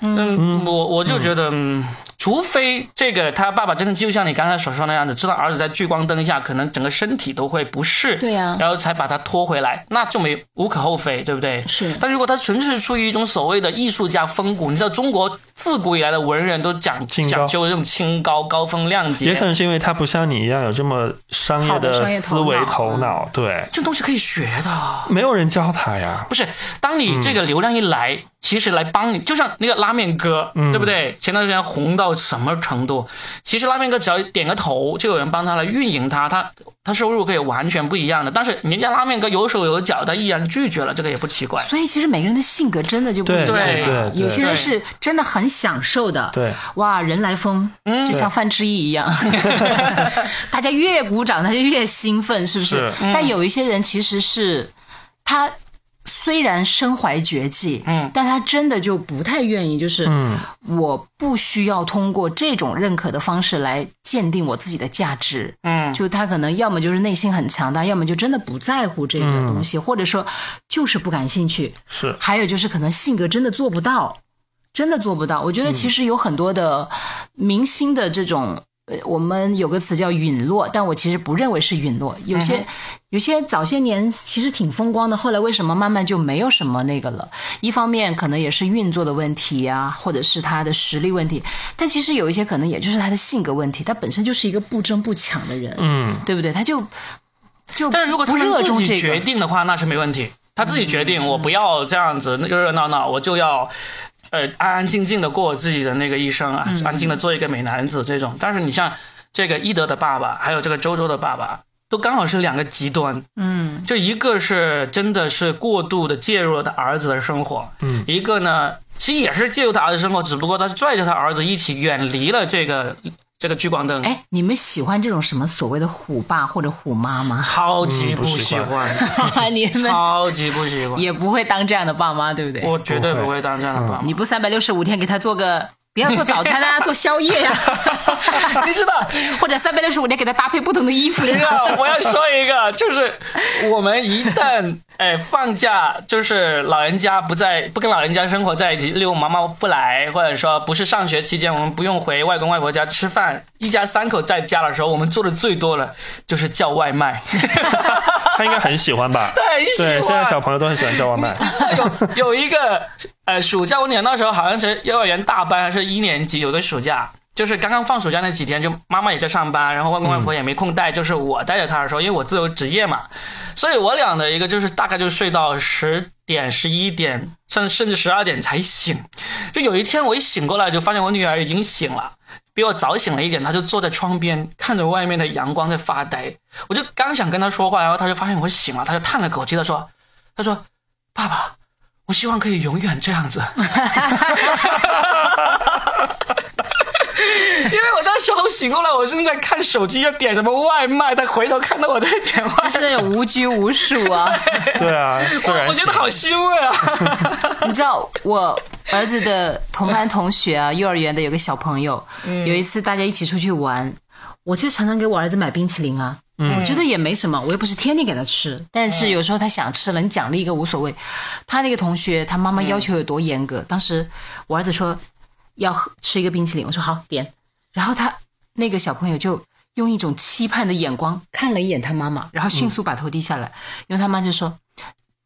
S1: 嗯，我我就觉得，嗯，除非这个他爸爸真的就像你刚才所说那样子，知道儿子在聚光灯下可能整个身体都会不适，
S2: 对啊呀
S1: 然后才把他拖回来，那就没无可厚非，对不对？
S2: 是
S1: 但如果他纯粹出于一种所谓的艺术家风骨，你知道中国自古以来的文人都讲
S3: 清高
S1: 讲究这种清高、高风亮节，
S3: 也可能是因为他不像你一样有这么商业
S2: 好的商业
S3: 思维
S2: 头
S3: 头
S2: 脑
S3: 脑，对，
S1: 这东西可以学的。
S3: 没有人教他呀。
S1: 不是，当你这个流量一来，其实来帮你，就像那个拉面哥，对不对？前段时间红到什么程度？其实拉面哥只要点个头，就有人帮他来运营他，他他收入可以完全不一样的。但是人家拉面哥有手有脚，他毅然拒绝了，这个也不奇怪。
S2: 所以其实每个人的性格真的就不一
S3: 对
S2: 样
S1: 对
S2: 了，
S3: 对
S2: 有些人
S1: 对
S2: 是真的很享受的，
S3: 对，
S2: 哇，人来疯，就像范志毅一样， 大家越鼓掌他就越兴奋，是不是？
S3: 是
S2: 但有一些人其实是他。虽然身怀绝技，嗯，但他真的就不太愿意，就是，我不需要通过这种认可的方式来鉴定我自己的价值，
S1: 嗯
S2: 就他可能要么就是内心很强大，要么就真的不在乎这个东西，或者说就是不感兴趣，
S3: 是
S2: 还有就是可能性格真的做不到，真的做不到。我觉得其实有很多的
S1: 嗯
S2: 明星的这种，呃，我们有个词叫陨落，但我其实不认为是陨落。有
S1: 嗯
S2: 些、有些早些年其实挺风光的，后来为什么慢慢就没有什么那个了？一方面可能也是运作的问题啊，或者是他的实力问题，但其实有一些可能也就是他的性格问题，他本身就是一个不争不抢的人，
S3: 嗯，
S2: 对不对？他就 就
S1: 但是如果他
S2: 不热
S1: 能自
S2: 衷这
S1: 己决
S2: 个。嗯
S1: 定的话，那是没问题。他自己决定，我不要这样子热热闹闹，我就要。呃，安安静静的过我自己的那个一生啊，
S2: 嗯
S1: 安静的做一个美男子这种。但是你像这个伊德的爸爸，还有这个周周的爸爸，都刚好是两个极端。嗯，就一个是真的是过度的介入了他儿子的生活，嗯，一个呢其实也是介入他儿子生活，只不过他拽着他儿子一起远离了这个这个聚光灯。
S2: 哎，你们喜欢这种什么所谓的虎爸或者虎 妈吗？
S1: 超级
S3: 嗯不
S1: 不
S3: 喜
S1: 喜欢，
S2: 你们
S1: 超级不喜欢。
S2: 也不会当这样的爸妈，对不对？
S1: 哎我绝对不会当这样的爸妈。
S2: 你不三百六十五天给他做个不要做早 餐啊，做宵夜呀、啊，
S1: 你知道，
S2: 或者三百六十五天给他搭配不同的衣服呀、
S1: 啊。我要说一个，就是我们一 旦哎放假，就是老人家不在，不跟老人家生活在一起，例如妈妈不来，或者说不是上学期间，我们不用回外公外婆家吃饭，一家三口在家的时候，我们做的最多的就是叫外卖。
S3: 他应该很喜欢 吧？
S1: 对，
S3: 对，现在小朋友都很喜欢叫外卖。
S1: 有有一个呃，暑假我记得那时候好像是幼儿园大班还是。一年级有个暑假，就是刚刚放暑假那几天，就妈妈也在上班，然后外公外婆也没空带，就是我带着她的时候，因为我自由职业嘛，所以我俩的一个就是大概就睡到十点、十一点，甚甚至十二点才醒。就有一天我一醒过来，就发现我女儿已经醒了，比我早醒了一点，她就坐在窗边看着外面的阳光在发呆。我就刚想跟她说话，然后她就发现我醒了，她就叹了口气，她说：“她说爸爸。”我希望可以永远这样子，因为我那时候醒过来，我正在看手机要点什么外卖，他回头看到我在点外卖，
S2: 就是那种无拘无束啊。
S3: 对啊，
S1: 我我觉得好虚伪啊。
S2: 你知道我儿子的同班同学 啊，幼儿园的有个小朋友，嗯、有一次大家一起出去玩，我就常常给我儿子买冰淇淋啊。我觉得也没什么，我又不是天天给他吃，但是有时候他想吃了，你奖励一个无所谓。他那个同学，他妈妈要求有多严格？嗯、当时我儿子说要吃一个冰淇淋，我说好点，然后他那个小朋友就用一种期盼的眼光看了一眼他妈妈，然后迅速把头低下来，嗯、因为他妈就说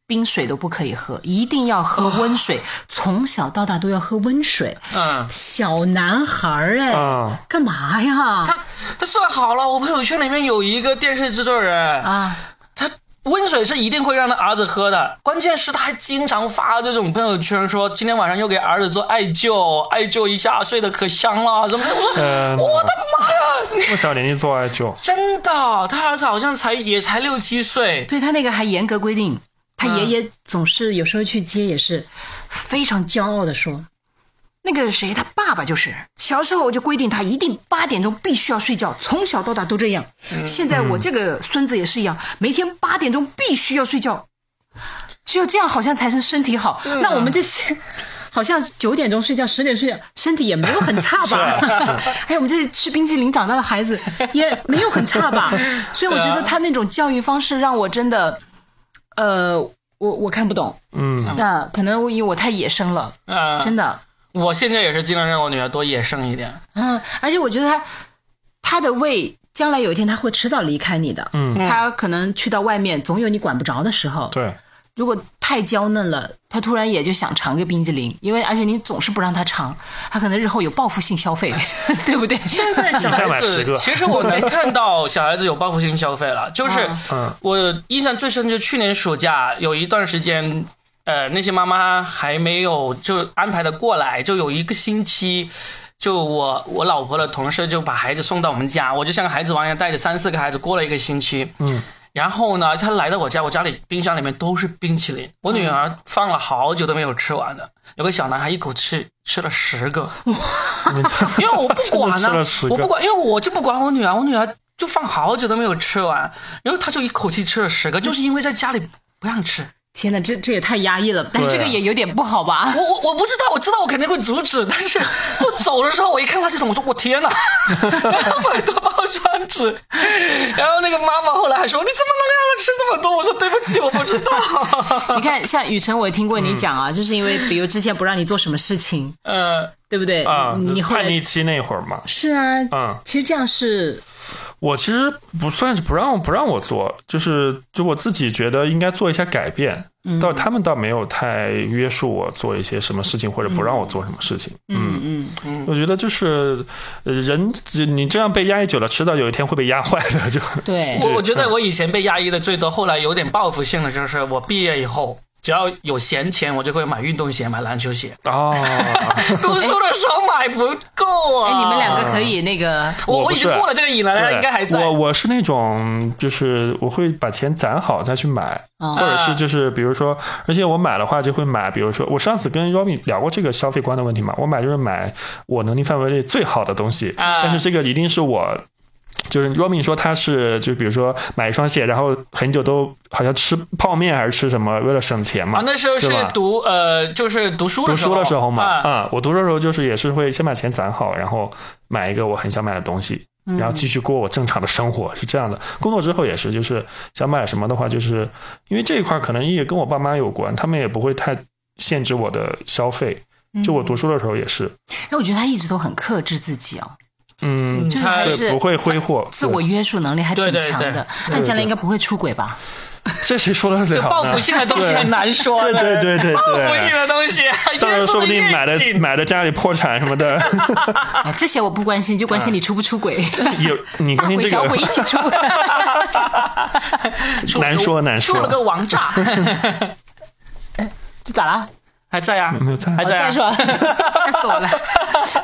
S2: 冰水都不可以喝，一定要喝温水，哦、从小到大都要喝温水。
S1: 嗯，
S2: 小男孩儿哎，嗯、干嘛呀？
S1: 他他算好了，我朋友圈里面有一个电视制作人
S2: 啊，
S1: 他温水是一定会让他儿子喝的。关键是他还经常发这种朋友圈说，今天晚上又给儿子做艾灸，艾灸一下睡得可香了，什么的。我说、呃、我的妈呀！
S3: 这么小年纪做艾灸，
S1: 真的，他儿子好像才也才六七岁，
S2: 对他那个还严格规定。他爷爷总是有时候去接也是非常骄傲的说。那个谁，他爸爸就是小时候我就规定他一定八点钟必须要睡觉，从小到大都这样。现在我这个孙子也是一样，每天八点钟必须要睡觉，只有这样好像才是身体好。嗯、那我们这些好像九点钟睡觉，十点睡觉，身体也没有很差吧？还有 哎、我们这些吃冰淇淋长大的孩子也没有很差吧？所以我觉得他那种教育方式让我真的，呃，我我看不懂。
S3: 嗯，
S2: 那可能因为我太野生了，
S1: 嗯、
S2: 真的。
S1: 我现在也是尽量让我女儿多野生一点。
S2: 嗯，而且我觉得她，她的胃将来有一天她会迟早离开你的。
S3: 嗯，
S2: 她可能去到外面，总有你管不着的时候。
S3: 对，
S2: 如果太娇嫩了，她突然也就想尝个冰激凌，因为而且你总是不让她尝，她可能日后有报复性消费， 对不对？
S1: 现在小孩子，其实我能看到小孩子有报复性消费了，就是我印象最深就去年暑假有一段时间。呃，那些妈妈还没有就安排的过来，就有一个星期，就我我老婆的同事就把孩子送到我们家，我就像个孩子王一样带着三四个孩子过了一个星期。
S3: 嗯，
S1: 然后呢，他来到我家，我家里冰箱里面都是冰淇淋，我女儿放了好久都没有吃完的，嗯、有个小男孩一口气吃了十个， 因为我不管呢、啊，我不管，因为我就不管我女儿，我女儿就放好久都没有吃完，然后他就一口气吃了十个，就是因为在家里不让吃。
S2: 天哪，这这也太压抑了，但是
S3: 啊
S2: 这个也有点不好吧？
S1: 我我我不知道，我知道我肯定会阻止，但是 我走的时候，我一看他这种，我说我天哪， 然后买多包装纸，然后那个妈妈后来还说你怎么能让他吃这么多？我说对不起，我不知道。
S2: 你看，像雨辰，我也听过你讲啊，嗯、就是因为比如之前不让你做什么事情，
S1: 呃，
S2: 对不对？
S3: 啊、嗯，
S2: 你
S3: 叛逆期那会儿嘛。
S2: 是啊，
S3: 嗯，
S2: 其实这样是。
S3: 我其实不算是不让不让我做，就是就我自己觉得应该做一下改变，
S2: 嗯、
S3: 到他们倒没有太约束我做一些什么事情或者不让我做什么事情。
S2: 嗯嗯嗯，
S3: 我觉得就是人你这样被压抑久了，迟早有一天会被压坏的。 就
S2: 对
S1: 我我觉得我以前被压抑的最多，后来有点报复性的就是我毕业以后。只要有闲钱，我就会买运动鞋，买篮球鞋。
S3: 哦，
S1: 读书的时候买不够啊！
S2: 哎，你们两个可以那个，
S1: 我我已经过了这个瘾了，他应该还在。
S3: 我我是那种，就是我会把钱攒好再去买，哦、或者是就是比如说，而且我买的话就会买，比如说我上次跟 Robin 聊过这个消费观的问题嘛，我买就是买我能力范围内最好的东西，
S1: 啊、
S3: 但是这个一定是我。就是 Robin 说他是就比如说买一双鞋，然后很久都好像吃泡面还是吃什么，为了省钱嘛。
S1: 啊，那时候
S3: 是
S1: 是
S3: 吧
S1: 读呃，就是读书
S3: 读书的时候嘛，
S1: 啊，
S3: 啊、我读书的时候就是也是会先把钱攒好，然后买一个我很想买的东西，
S1: 嗯
S3: 然后继续过我正常的生活，是这样的。工作之后也是，就是想买什么的话，就是因为这一块可能也跟我爸妈有关，他们也不会太限制我的消费。
S1: 嗯
S3: 就我读书的时候也是，
S2: 哎，我觉得他一直都很克制自己哦，
S3: 嗯，
S2: 就是
S1: 他
S2: 还
S3: 对，
S2: 是
S3: 不会挥霍，
S2: 自我
S3: 对
S2: 约束能力还挺
S1: 对对
S2: 强的
S1: 对。
S2: 那你
S3: 对
S2: 将来
S3: 对
S2: 应该不会出轨吧？
S3: 这谁说的最
S1: 就
S3: 好呢？
S1: 报复性的东西很难 说
S3: 对
S1: 的，
S3: 对对 对
S1: 报复性
S3: 对，
S1: 的东西，
S3: 到时
S1: 约
S3: 候
S1: 束
S3: 说
S1: 的
S3: 不定
S1: 越
S3: 买的
S1: 紧，
S3: 买的家里破产什么 的，
S2: 啊，这些我不关心，就关心你出不出 轨，
S3: 有 你
S2: 大
S3: 嗯关心
S2: 鬼
S3: 这
S2: 小
S3: 个
S2: 鬼一起出。
S1: 出了个
S3: 难说难说
S1: 出了个王炸，
S2: 这咋了？
S1: 还在啊，
S3: 没有在
S1: 还在
S2: 再
S1: 啊，
S2: 说，吓死我了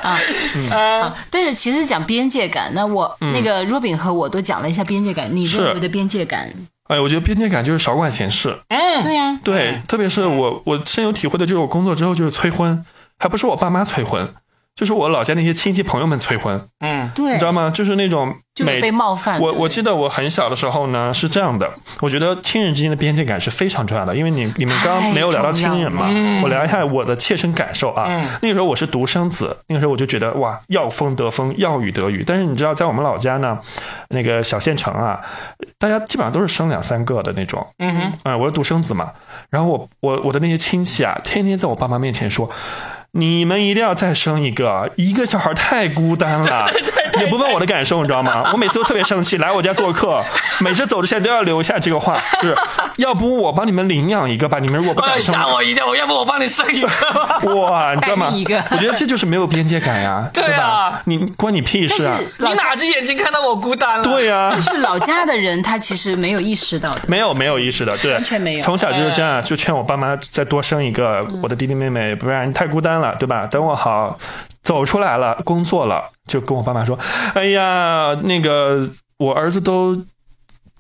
S2: 啊！
S3: 嗯
S2: 啊，但是其实讲边界感，那我那个若饼和我都讲了一下边界感，你认
S3: 是
S2: 为的边界感？
S3: 哎，我觉得边界感就是少管闲事。
S1: 嗯，
S2: 对啊呀，
S3: 对，特别
S2: 嗯
S3: 是我我深有体会的就是我工作之后就是催婚，还不是我爸妈催婚，就是我老家那些亲戚朋友们催婚，
S1: 嗯，
S2: 对
S3: 你知，道吗？就是那种
S2: 就是
S3: 每
S2: 被冒犯。
S3: 我我记得我很小的时候呢，是这样的，我觉得亲人之间的边界感是非常重要的，因为你你们刚刚没有聊到亲人嘛
S2: 太，
S3: 我聊一下我的切身感
S2: 嗯
S3: 受啊。
S1: 嗯
S3: 那个时候我是独生子，那个时候我就觉得哇，要风得风，要雨得雨。但是你知道，在我们老家呢，那个小县城啊，大家基本上都是生两三个的那种。嗯哼，啊、我是独生子嘛，然后我我我的那些亲戚啊，天天在我爸妈面前说。你们一定要再生一个，一个小孩太孤单了。也不问我的感受，你知道吗？我每次都特别生气，来我家做客，每次走之前都要留下这个话，就是要不我帮你们领养一个吧，你们如果不
S1: 哎
S3: 想生，
S1: 吓我一跳，我要不我帮你生一 个，
S3: 哇，你知道吗
S2: 带你一个？
S3: 我觉得这就是没有边界感呀，
S1: 对啊
S3: 吧？你关你屁事啊
S2: 但！是
S1: 你哪只眼睛看到我孤单了？
S3: 对呀、
S2: 但是老家的人他其实没有意识到的。
S3: 没有没有意识的，对，
S2: 完全没有
S3: 从小就是这样，就劝我爸妈再多生一个我的弟弟妹妹，不然你太孤单了，对吧？等我好走出来了，工作了，就跟我爸妈说，哎呀，那个我儿子都。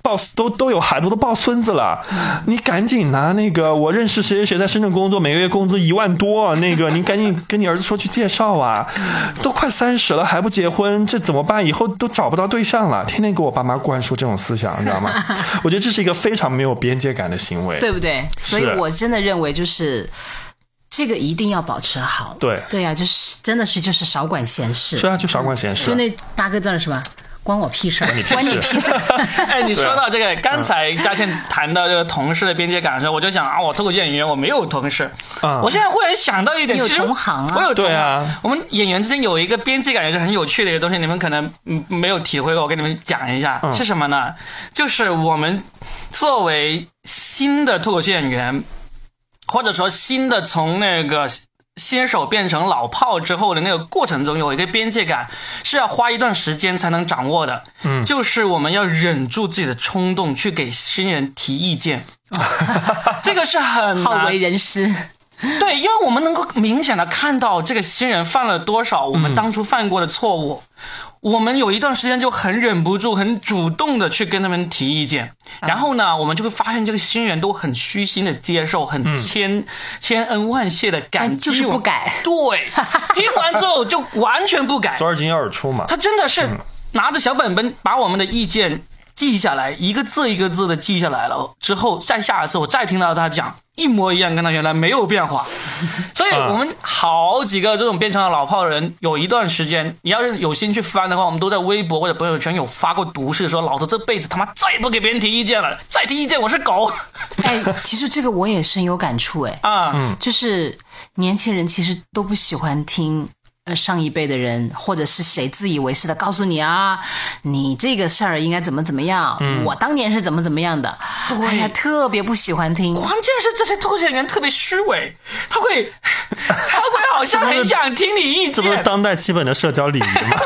S3: 抱都都有孩子，都抱孙子了，
S2: 嗯
S3: 你赶紧拿那个我认识谁谁谁在深圳工作，每个月工资一万多，那个你赶紧 跟你儿子说去介绍啊，
S2: 嗯
S3: 都快三十了还不结婚，这怎么办？以后都找不到对象了，天天给我爸妈灌输这种思想，你知道 吗？我觉得这是一个非常没有边界感的行为。
S2: 对不对？所以我真的认为就是这个一定要保持好。
S3: 对
S2: 对呀、就是真的是就是少管闲事，
S3: 是啊，就少管闲事
S2: 就。那八个字儿是吧？关我屁事儿，关你屁事儿。
S1: 哎，你说到这
S3: 啊
S1: 个，刚才嘉倩谈到这个同事的边界感的时候，我就想啊，我脱口秀演员我没有同事，
S3: 啊
S1: 我现在忽然想到一点，
S2: 你有
S1: 其实
S2: 同行啊
S1: 我有同
S3: 对啊
S1: 行。我们演员之间有一个边界感，也是很有趣的一个东西，你们可能嗯没有体会过，我跟你们讲一
S3: 嗯
S1: 下是什么呢？就是我们作为新的脱口秀演员，或者说新的从那个。新手变成老炮之后的那个过程中，有一个边界感是要花一段时间才能掌握的。嗯，就是我们要忍住自己的冲动，去给新人提意见，这个是很
S2: 好
S1: 难
S2: 为人师，
S1: 对，因为我们能够明显的看到这个新人犯了多少我们当初犯过的错误。我们有一段时间就很忍不住、很主动的去跟他们提意见，然后呢，我们就会发现这个新人都很虚心的接受，很千、千恩万谢的感
S2: 但
S1: 激
S2: 哎就
S1: 我，
S2: 是不改。
S1: 对，听完之后就完全不 改，
S3: 左耳进右耳出嘛。
S1: 他真的是拿着小本本把我们的意见记下来，一个字一个字的记下来了之后，再下一次我再听到他讲一模一样，跟他原来没有变化。所以我们好几个这种变成了老炮的人，有一段时间，你要是有心去翻的话，我们都在微博或者朋友圈有发过毒誓，说老子这辈子他妈再也不给别人提意见了，再提意见我是狗
S2: 哎，其实这个我也深有感触哎，
S1: 啊！
S2: 就是年轻人其实都不喜欢听。呃，上一辈的人或者是谁自以为是的告诉你啊，你这个事儿应该怎么怎么样，我当年是怎么怎么样的，哎呀，特别不喜欢听。
S1: 关键是这些脱口秀演员特别虚伪，他 会，他会好像很想听你意见，
S3: 这不是当代基本的社交礼 仪吗？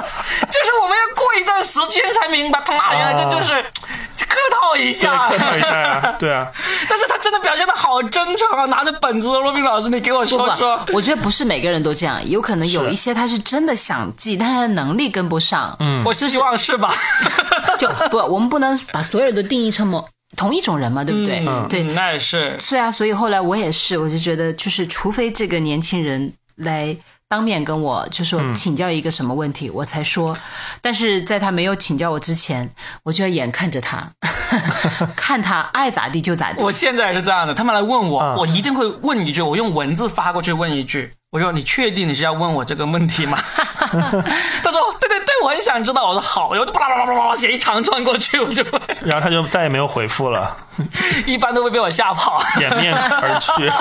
S1: 就是我们要过一段时间才明白，他妈原来这就是客套一
S3: 啊 对，
S1: 下
S2: 啊
S3: 客。套一下呀。对啊，
S1: 但是他真的表现的好真诚啊，拿着本子，罗宾老师，你给我
S2: 不
S1: 说说。
S2: 不，我觉得不是每个人都这样，有可能有一些他是真的想记，但是他的能力跟不上。嗯，
S1: 我希望是吧？
S2: 就不，我们不能把所有人都定义成某同一种人嘛，对不对？对，
S1: 嗯嗯那也是。
S2: 是啊，所以后来我也是，我就觉得，就是除非这个年轻人来当面跟我就说请教一个什么问题，我才说。但是在他没有请教我之前，我就要眼看着 他，看他爱咋地就咋地。
S1: 我现在也是这样的，他们来问我，
S3: 啊
S1: 我一定会问一句，我用文字发过去问一句，我说你确定你是要问我这个问题吗？ 他说对对对，我很想知道。我说好，我就巴拉巴拉巴拉巴拉写一长串过去，我就会
S3: 然后他就再也没有回复了，
S1: 一般都会被我吓 跑。
S3: 掩面而去。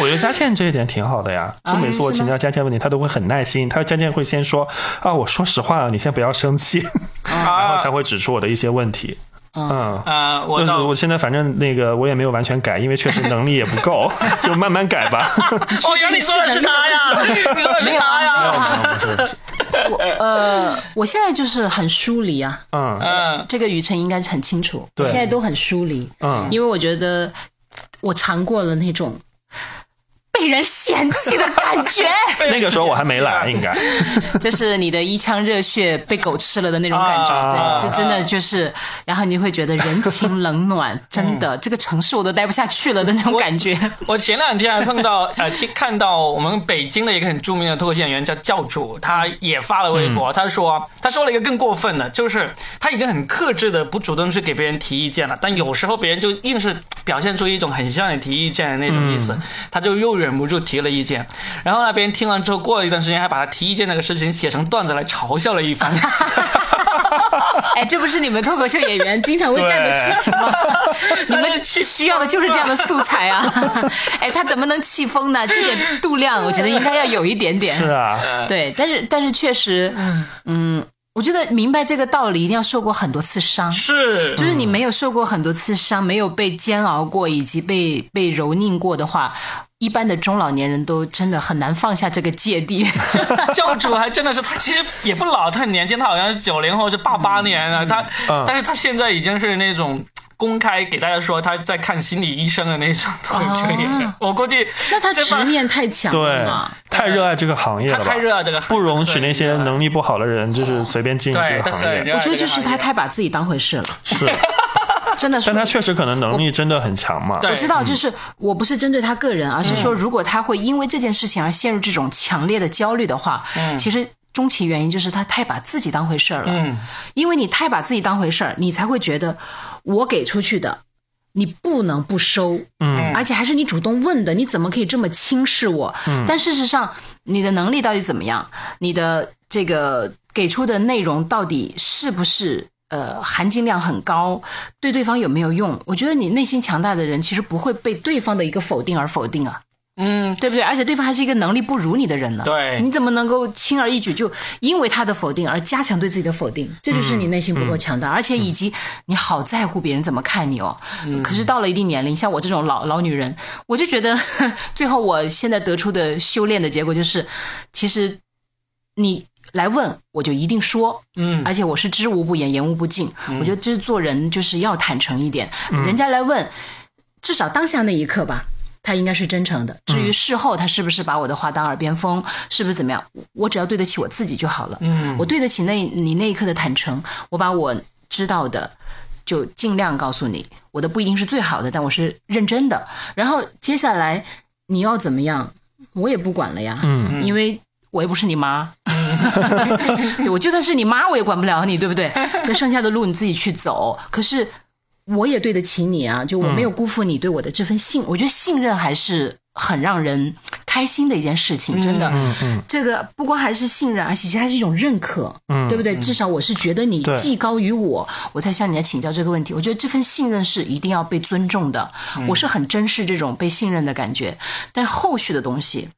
S3: 我觉得佳倩这一点挺好的呀，
S1: 啊
S3: 就每次我请教佳倩问题，她都会很耐心。她佳倩会先说啊，我说实话，你先不要生气， 然后才会指出我的一些问题。嗯，
S1: 啊、我
S3: 就是
S1: 到
S3: 我现在反正那个我也没有完全改，因为确实能力也不够， 就慢慢改吧。
S1: 哦，原来你说的是他 呀，你说的是他
S2: 没有啊没有
S1: 呀。
S2: 我呃，我现在就是很疏离啊，
S3: 嗯
S1: 嗯，
S2: 这个余程应该很清楚，我
S3: 对
S2: 现在都很疏离，
S3: 嗯，
S2: 因为我觉得我尝过了那种被人嫌弃的感觉，
S3: 那个时候我还没来，应该
S2: 就是你的一腔热血被狗吃了的那种感觉，
S1: 啊
S2: 对，就真的就是，然后你会觉得人情冷暖，真的、这个城市我都待不下去了的那种感觉。
S1: 我前两天还碰到 呃，听看到我们北京的一个很著名的脱口秀演员叫教主，他也发了微博，他说他说了一个更过分的，就是他已经很克制的不主动去给别人提意见了，但有时候别人就硬是表现出一种很像你提意见的那种意思，他就又忍不住提了意见，然后呢，别人听完之后过了一段时间，还把他提意见那个事情写成段子来嘲笑了一番。
S2: 哎，这不是你们脱口秀演员经常会干的事情吗？ 你们需要的就是这样的素材啊！哎，他怎么能气疯呢？这点度量，我觉得应该要有一点点。
S3: 是啊，
S2: 对，但是但是确实，嗯，我觉得明白这个道理，一定要受过很多次伤。
S1: 是，
S2: 就是你没有受过很多次伤，没有被煎熬过，以及被被蹂躏过的话，一般的中老年人都真的很难放下这个芥蒂。
S1: 教主还真的是，他其实也不老，他很年轻，他好像是九零后，是八八年的，他、
S3: 嗯
S1: 但是他现在已经是那种。公开给大家说他在看心理医生的那种脱口秀演员，我估计
S2: 哦那他
S1: 这帮
S2: 执念太强了
S3: 对
S2: 嘛？，
S3: 太热爱这个行业
S1: 嗯他
S3: 了吧
S1: 太，热爱这个行业，
S3: 不容许那些
S1: 对
S3: 能力不好的人就是随便进这
S1: 对，
S3: 个
S1: 他
S3: 行
S1: 很
S3: 业。
S1: 热爱这
S2: 我觉
S1: 个
S2: 得就是
S1: 行
S2: 他
S1: 业
S2: 太把自己当回 事了，
S3: 是，
S2: 真的是
S3: 但。他确实可能能力真的很强嘛。
S1: 对嗯
S2: 我知道，就是我不是针对他个人，而是说，如果他会因为这件事情而陷入这种强烈的焦虑的话，其实终其原因就是他太把自己当回事儿了。
S1: 嗯，
S2: 因为你太把自己当回事儿，你才会觉得我给出去的，你不能不收。
S3: 嗯，
S2: 而且还是你主动问的，你怎么可以这么轻视我？嗯，但事实上，你的能力到底怎么样？你的这个给出的内容到底是不是？呃，含金量很高，对对方有没有用？我觉得你内心强大的人，其实不会被对方的一个否定而否定啊，
S1: 嗯，
S2: 对不对？而且对方还是一个能力不如你的人呢，
S1: 对
S2: 你怎么能够轻而易举就因为他的否定而加强对自己的否定？这就是你内心不够强
S1: 嗯
S2: 大，而且以及你好在乎别人怎么看你哦。
S1: 嗯
S2: 可是到了一定年龄，像我这种老老女人，我就觉得 最后我现在得出的修炼的结果就是，其实你来问我就一定说，
S1: 嗯，
S2: 而且我是知无不言，言无不尽。我觉得这做人就是要坦诚一点，
S1: 嗯
S2: 人家来问，至少当下那一刻吧。他应该是真诚的。至于事后他是不是把我的话当耳边风，是不是怎么样，我只要对得起我自己就好了。嗯，我对得起那你那一刻的坦诚，我把我知道的就尽量告诉你。我的不一定是最好的，但我是认真的。然后接下来你要怎么样，我也不管了呀。嗯，因为我又不是你妈， 对我就算是你妈，我也管不了你，对不对？那剩下的路你自己去走。可是我也对得起你啊，就我没有辜负你对我的这份信。我觉得信任还是很让人开心的一件事情，真的。这个不光还是信任，而且还是一种认可，对不对？至少我是觉得你
S3: 对
S2: 技高于我，我才向你来请教这个问题。我觉得这份信任是一定要被尊重的，我是很珍视这种被信任的感觉。但后续的东西。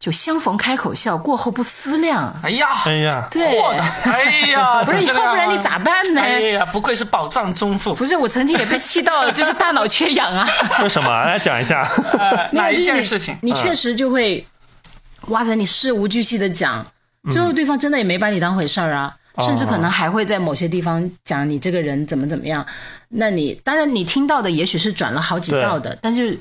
S2: 就相逢开口笑，过后不思量。
S1: 哎呀，
S3: 哎呀，
S2: 对，
S1: 哎呀，
S2: 不是，
S1: 就这样
S2: 要不然你咋办呢？
S1: 哎呀，不愧是宝藏宗父，
S2: 不是，我曾经也被气 到，就是大脑缺氧啊。
S3: 为什么？来讲一 下。
S1: 呃
S2: 没有
S1: 哪一
S2: 就是
S1: 件
S2: 你
S1: 事情？嗯
S2: 你确实就会，哇塞，你事无巨细的讲，
S1: 嗯
S2: 最后对方真的也没把你当回事儿啊。
S1: 哦
S2: 甚至可能还会在某些地方讲你这个人怎么怎么样，那你当然你听到的也许是转了好几道的，但是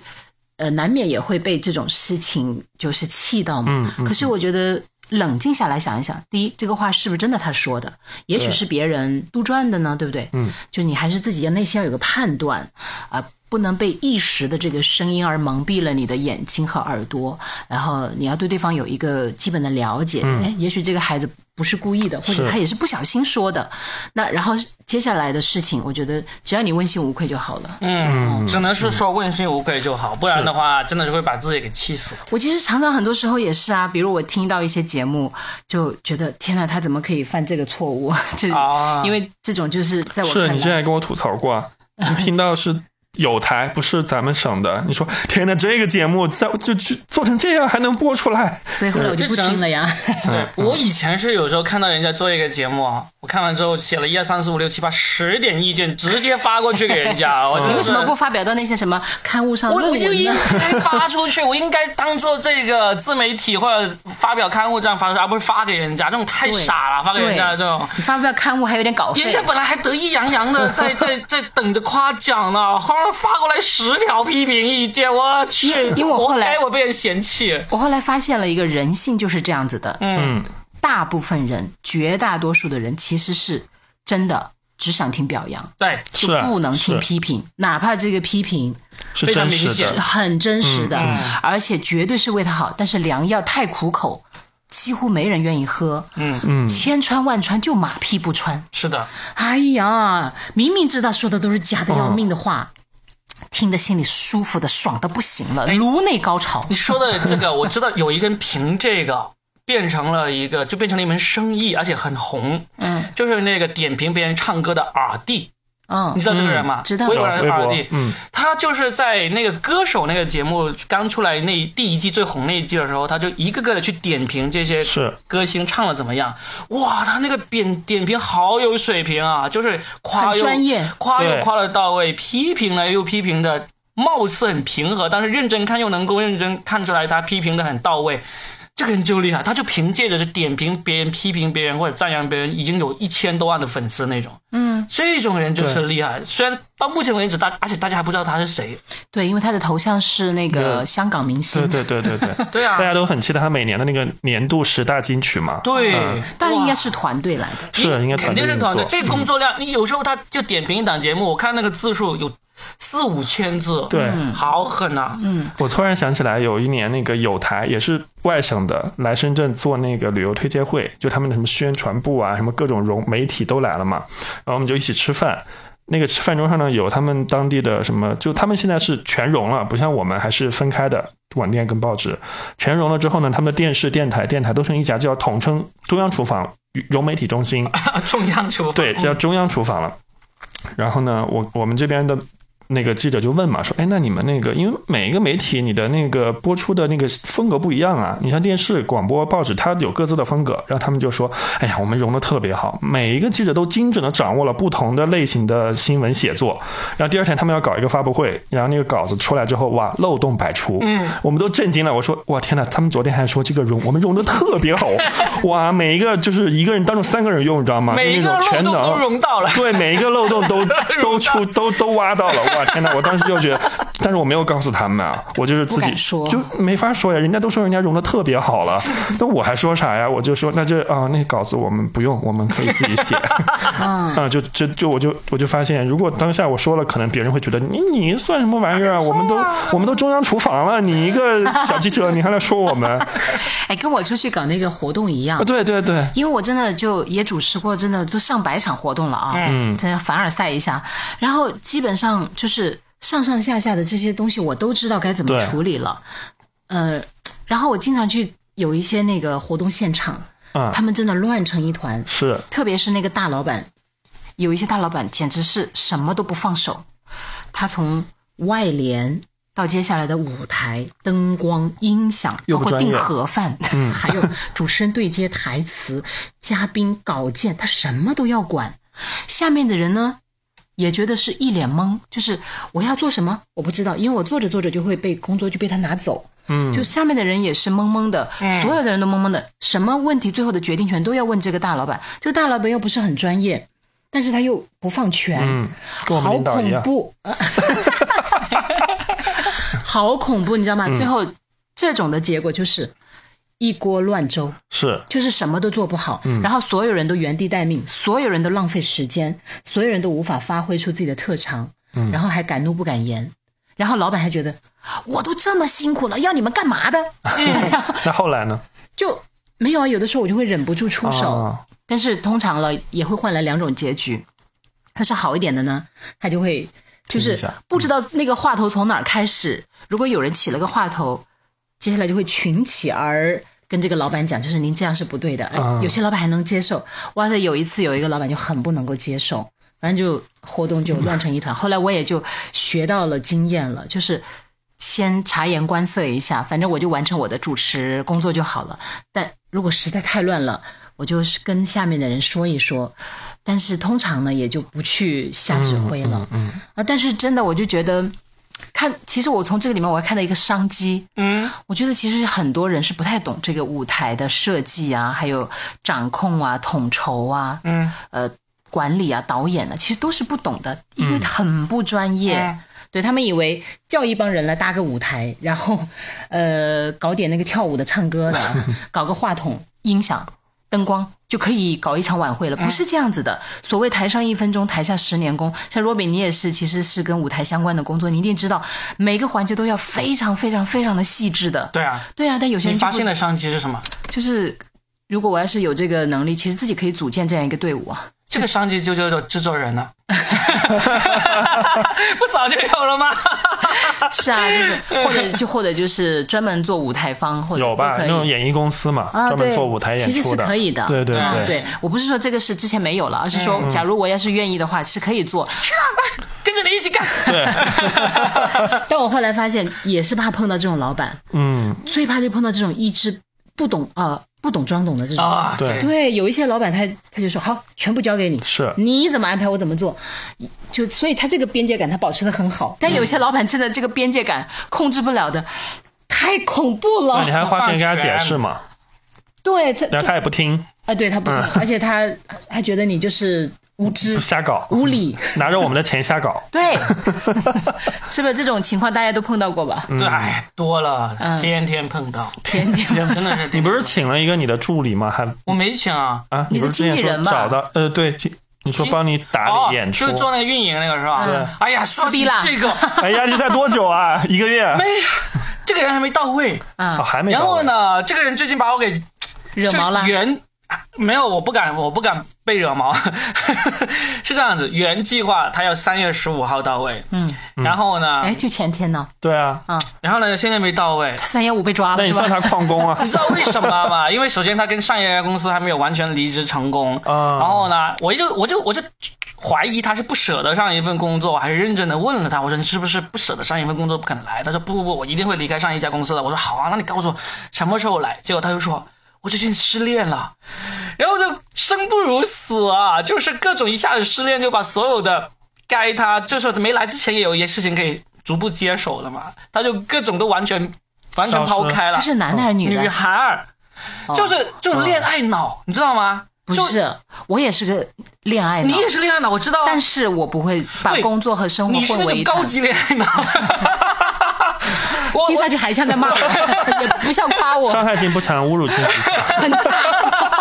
S2: 呃难免也会被这种事情就是气到嘛。可是我觉得冷静下来想一想，第一，这个话是不是真的他说的？也许是别人杜撰的呢，对不对？嗯，就你还是自己要内心要有个判断啊、不能被一时的这个声音而蒙蔽了你的眼睛和耳朵，然后你要对对方有一个基本的了解。哎、也许这个孩子不是故意的，或者
S3: 是
S2: 他也是不小心说的。那然后接下来的事情，我觉得只要你问心无愧就好了。
S1: 嗯，只能是说问心无愧就好，不然的话，真的是会把自己给气死。
S2: 我其实常常很多时候也是啊，比如我听到一些节目，就觉得天呐，他怎么可以犯这个错误？ 这、
S1: 啊
S2: 因为这种就是在我看
S3: 是
S2: 来，
S3: 你之前还跟我吐槽过，啊你听到是有台不是咱们省的，你说天呐，这个节目在就就做成这样还能播出来？
S2: 所以后来我就不听了呀。
S1: 对我以前是有时候看到人家做一个节目啊，我看完之后写了一二三四五六七八十点意见，直接发过去给人家。我
S2: 你
S1: 真
S2: 为
S1: 的
S2: 什
S1: 是
S2: 么不发表到那些什么刊物上
S1: 嗯我
S2: 论
S1: 我就
S2: 文
S1: 应
S2: 呢？
S1: 该发出去， 我应该当做这个自媒体或者发表刊物这样发出去，而不是发给人家。这种太
S2: 对
S1: 傻了，发给人家这种。
S2: 你发表刊物还有点稿费
S1: 人，家本来还得意洋 洋的在在在等着夸奖呢，忽然发过来十条批评意见，我去，
S2: 因为我后
S1: 活
S2: 来
S1: 该我被人嫌弃。
S2: 我后来发现了一个人性就是这样子的，
S1: 嗯，
S2: 大部分人，绝大多数的人其实是真的只想听表扬，
S1: 对，
S2: 就是
S3: 啊
S2: 不能
S3: 是
S2: 听批评，哪怕这个批评
S3: 是
S1: 非常
S3: 真实
S1: 明显
S3: 的，
S2: 很真实的，而且绝对是为他好。但是良药太苦口，几乎没人愿意喝。嗯嗯，千穿万穿就马屁不穿。
S1: 是的，
S2: 哎呀，明明知道说的都是假的要命的话，
S3: 哦
S2: 听得心里舒服的爽的不行了，颅内高潮
S1: 你。说的这个，我知道有一根凭这个。变成了一个，就变成了一门生意，而且很红。
S2: 嗯，
S1: 就是那个点评别人唱歌的耳帝，
S2: 嗯
S1: 你，知道这个人吗？
S2: 知道
S1: 微博
S3: 有
S1: 上
S3: 微
S1: 的耳
S3: 博
S1: 帝，，
S3: 嗯，
S1: 他就是在那个歌手那个节目刚出来那第一季最红那一季的时候，他就一个个的去点评这些
S3: 是
S1: 歌星唱的怎么样。哇，他那个点点评好有水平啊，就是夸
S2: 很
S1: 又
S2: 专业
S1: 夸
S3: 对
S1: 又夸的到位，批评了又批评的，貌似很平和，但是认真看又能够认真看出来他批评的很到位。这个人就厉害，他就凭借着是点评别人、批评别人或者赞扬别人，已经有一千多万的粉丝那种。嗯，这种人就是厉害。虽然到目前为止，大而且大家还不知道他是谁。
S2: 对，因为他的头像是那个
S3: 对
S2: 香港明
S3: 对
S2: 星，
S3: 对对对对，
S1: 对啊
S3: 大家都很期待他每年的那个年度十大金曲嘛，
S1: 对，
S3: 嗯
S2: 但应该是团队来的。
S1: 你
S3: 是应该
S1: 肯定是
S3: 团
S1: 团队。
S3: 队运作
S1: 这个工作量，你有时候他就点评一档节目，我看那个字数有四五千字，
S3: 对。嗯
S1: 好狠啊呐！
S3: 我突然想起来，有一年那个有台也是外省的来深圳做那个旅游推介会，就他们的什么宣传部啊，什么各种融媒体都来了嘛，然后我们就一起吃饭。那个吃饭桌上呢，有他们当地的什么，就他们现在是全融了，不像我们还是分开的，网店跟报纸全融了之后呢，他们的电视、电台、电台都成一家，叫统称中央厨房融媒体中心。
S1: 啊中央厨房
S3: 对，叫中央厨房了。然后呢，我我们这边的那个记者就问嘛，说，哎，那你们那个，因为每一个媒体你的那个播出的那个风格不一样啊，你像电视、广播、报纸，它有各自的风格。然后他们就说，哎呀，我们融的特别好，每一个记者都精准的掌握了不同的类型的新闻写作。然后第二天他们要搞一个发布会，然后那个稿子出来之后，哇，漏洞百出，嗯，我们都震惊了。我说，哇，天哪，他们昨天还说这个融我们融的特别好，哇，每一个就是一个人当中三个人用，你知道吗？
S1: 每一
S3: 就
S1: 个
S3: 那啊
S1: 漏
S3: 种全
S1: 洞
S3: 能
S1: 都融到了。
S3: 对，每一个漏洞都都出都都挖到了，哇天哪！我当时就觉得，但是我没有告诉他们啊，我就是自
S2: 不
S3: 己
S2: 敢说
S3: 就没法说呀，人家都说人家融的特别好了，那我还说啥呀？我就说那这啊、那稿子我们不用，我们可以自己 写。啊、就就就我就我就发现，如果当下我说了，可能别人会觉得你你算什么玩意儿啊？我们都我们都中央厨房了，你一个小记者，你还来说我们？啊，
S2: 哎，跟我出去搞那个活动一样，
S3: 对对对，
S2: 因为我真的就也主持过，真的都上百场活动了啊，嗯，真的凡尔赛一下，然后基本上就是上上下下的这些东西我都知道该怎么
S3: 对
S2: 处理了，呃，然后我经常去有一些那个活动现场，
S3: 啊
S2: 他们真的乱成一团，
S3: 是
S2: 特别是那个大老板，有一些大老板简直是什么都不放手，他从外联。到接下来的舞台、灯光、音响，
S3: 又
S2: 包
S3: 不
S2: 括
S3: 专业嗯
S2: 订盒饭， 还有主持人对接台词、嘉宾稿件，他什么都要管。下面的人呢，也觉得是一脸懵，就是我要做什么，我不知道，因为我做着做着就会被工作就被他拿走。嗯，就下面的人也是懵懵的，
S3: 哎
S2: 所有的人都懵懵的，什么问题最后的决定权都要问这个大老板，这个大老板又不是很专业，但是他又不放权，
S3: 嗯跟我们
S2: 好
S3: 领导一
S2: 恐
S3: 样
S2: 怖， 好恐怖，你知道吗？
S3: 嗯
S2: 最后这种的结果就是一锅乱粥。
S3: 是
S2: 就是什么都做不好，然后所有人都原地待命，所有人都浪费时间，所有人都无法发挥出自己的特长，然后还敢怒不敢言。然后老板还觉得我都这么辛苦了，要你们干嘛的？然后
S3: 那后来呢？
S2: 就没有啊。有的时候我就会忍不住出手，
S3: 啊
S2: 但是通常了也会换来两种结局。要是好一点的呢，他就会就
S3: 停一
S2: 是
S3: 下
S2: 不知道那个话头从哪儿开始。如果有人起了个话头，接下来就会群起而跟这个老板讲，就是您这样是不对的。哎
S3: 啊
S2: 有些老板还能接受，哇塞！有一次有一个老板就很不能够接受，反正就活动就乱成一团。后来我也就学到了经验了，就是。先察言观色一下，反正我就完成我的主持工作就好了。但如果实在太乱了，我就是跟下面的人说一说，但是通常呢，也就不去下指挥了。
S3: 嗯
S2: 啊，但是真的，我就觉得，看，其实我从这个里面我还看到一个商机。
S1: 嗯，
S2: 我觉得其实很多人是不太懂这个舞台的设计啊，还有掌控啊、统筹啊、
S1: 嗯，
S2: 呃管理啊、导演啊，其实都是不懂的，因为很不专业。
S1: 嗯
S2: 对他们以为叫一帮人来搭个舞台，然后，呃，搞点那个跳舞的、唱歌的，搞个话筒、音响、灯光就可以搞一场晚会了，
S3: 哎
S2: 不是这样子的。所谓台上一分钟，台下十年功。像若饼，你也是，其实是跟舞台相关的工作，你一定知道每个环节都要非常非常非常的细致的。
S1: 对啊。
S2: 对啊，但有些
S1: 你
S2: 人就
S1: 发
S2: 不
S1: 现的商机是什么？
S2: 就是，如果我要是有这个能力，其实自己可以组建这样一个队伍 啊。
S1: 这个商机就叫做制作人了，不早就有了吗？
S2: 是啊，就是或者就或者就是专门做舞台方，或者
S3: 有吧？
S2: 都可
S3: 那
S2: 以
S3: 种演艺公司嘛，
S2: 啊
S3: 专门
S2: 对
S3: 做舞台演
S2: 其实
S3: 出
S2: 是
S3: 的，
S2: 可以的。
S3: 对对
S1: 啊
S2: 对
S3: 对。嗯
S2: 我不是说这个是之前没有了，而是说，假如我要是愿意的话，是可以做。
S1: 跟着你一起干。
S2: 但我后来发现，也是怕碰到这种老板，
S3: 嗯，
S2: 最怕就碰到这种一知不懂呃不懂装懂的这种。
S1: 啊，
S3: 对
S1: 这个
S2: 对，有一些老板他他就说好，全部交给你，
S3: 是
S2: 你怎么安排我怎么做，就所以他这个边界感他保持的很好。但有些老板真的这个边界感控制不了的，太恐怖
S1: 哦
S3: 那你
S2: 了。
S3: 还花钱跟他解释嘛？
S2: 对，他
S3: 然后
S2: 他
S3: 他也不听，
S2: 啊，对他不听，而且他还觉得你就是无知
S3: 瞎搞，
S2: 无理。
S3: 拿着我们的钱瞎搞。
S2: 对，是不是这种情况大家都碰到过吧？
S1: 对，哎，多了
S2: 嗯，
S1: 天天碰到，
S2: 天天
S1: 真的是。
S3: 你不是请了一个你的助理吗？还
S1: 我没请啊？
S3: 啊，
S2: 你
S3: 你
S2: 的
S3: 不是之
S2: 经
S3: 前
S2: 纪人吧
S3: 说找到呃，对，经你说帮你打
S1: 哦
S3: 理演，出
S1: 就是，做那个运营那个是吧？
S2: 嗯
S1: 哎呀，
S2: 撕
S1: 说
S2: 逼
S1: 起
S2: 啦
S1: 这个，
S3: 哎 呀，这才多久啊？一个月？
S1: 哎呀，这个人还没到位。
S3: 哦，
S2: 啊，
S3: 还没。
S1: 然后？呢，这个人最近把我给
S2: 惹毛了
S1: 就。原没有，我不敢，我不敢被惹毛。 是这样子，原计划他要三月十五号到位，
S2: 嗯，
S1: 然后呢
S2: 哎，，就前天呢，
S3: 对啊，
S1: 然后呢，现在没到位。
S2: 他三幺五被抓了
S3: 那你
S2: 啊是
S3: 算
S2: 吧？
S3: 他旷 工啊
S1: 你？知道为什么吗？因为首先他跟上一家公司还没有完全离职成功，
S3: 啊
S1: 然后呢，我就我就我就怀疑他是不舍得上一份工作，我还认真的问了他，我说你是不是不舍得上一份工作不肯来？他说不不不，我一定会离开上一家公司的。我说好啊，那你告诉我什么时候来？结果他就说。我最近失恋了，然后就生不如死啊！就是各种一下子失恋，就把所有的该他就是没来之前也有一些事情可以逐步接手的嘛，他就各种都完全完全
S3: 消
S1: 抛
S3: 失
S1: 开了。
S2: 他是男的还是女
S1: 女
S2: 的？哦
S1: 孩儿，就是这种恋爱脑，你知道吗？
S2: 不，
S1: 就是
S2: 我也是个恋爱
S1: 你
S2: 脑，
S1: 也是恋爱脑，我知道啊，
S2: 但是我不会把
S1: 对
S2: 工作和生活
S1: 你是
S2: 混
S1: 那
S2: 为一
S1: 种
S2: 谈
S1: 高。级恋爱 脑。我
S2: 听
S1: 我
S2: 上去还像在骂我，也不像夸我。
S3: 伤害性不强，侮辱性极强。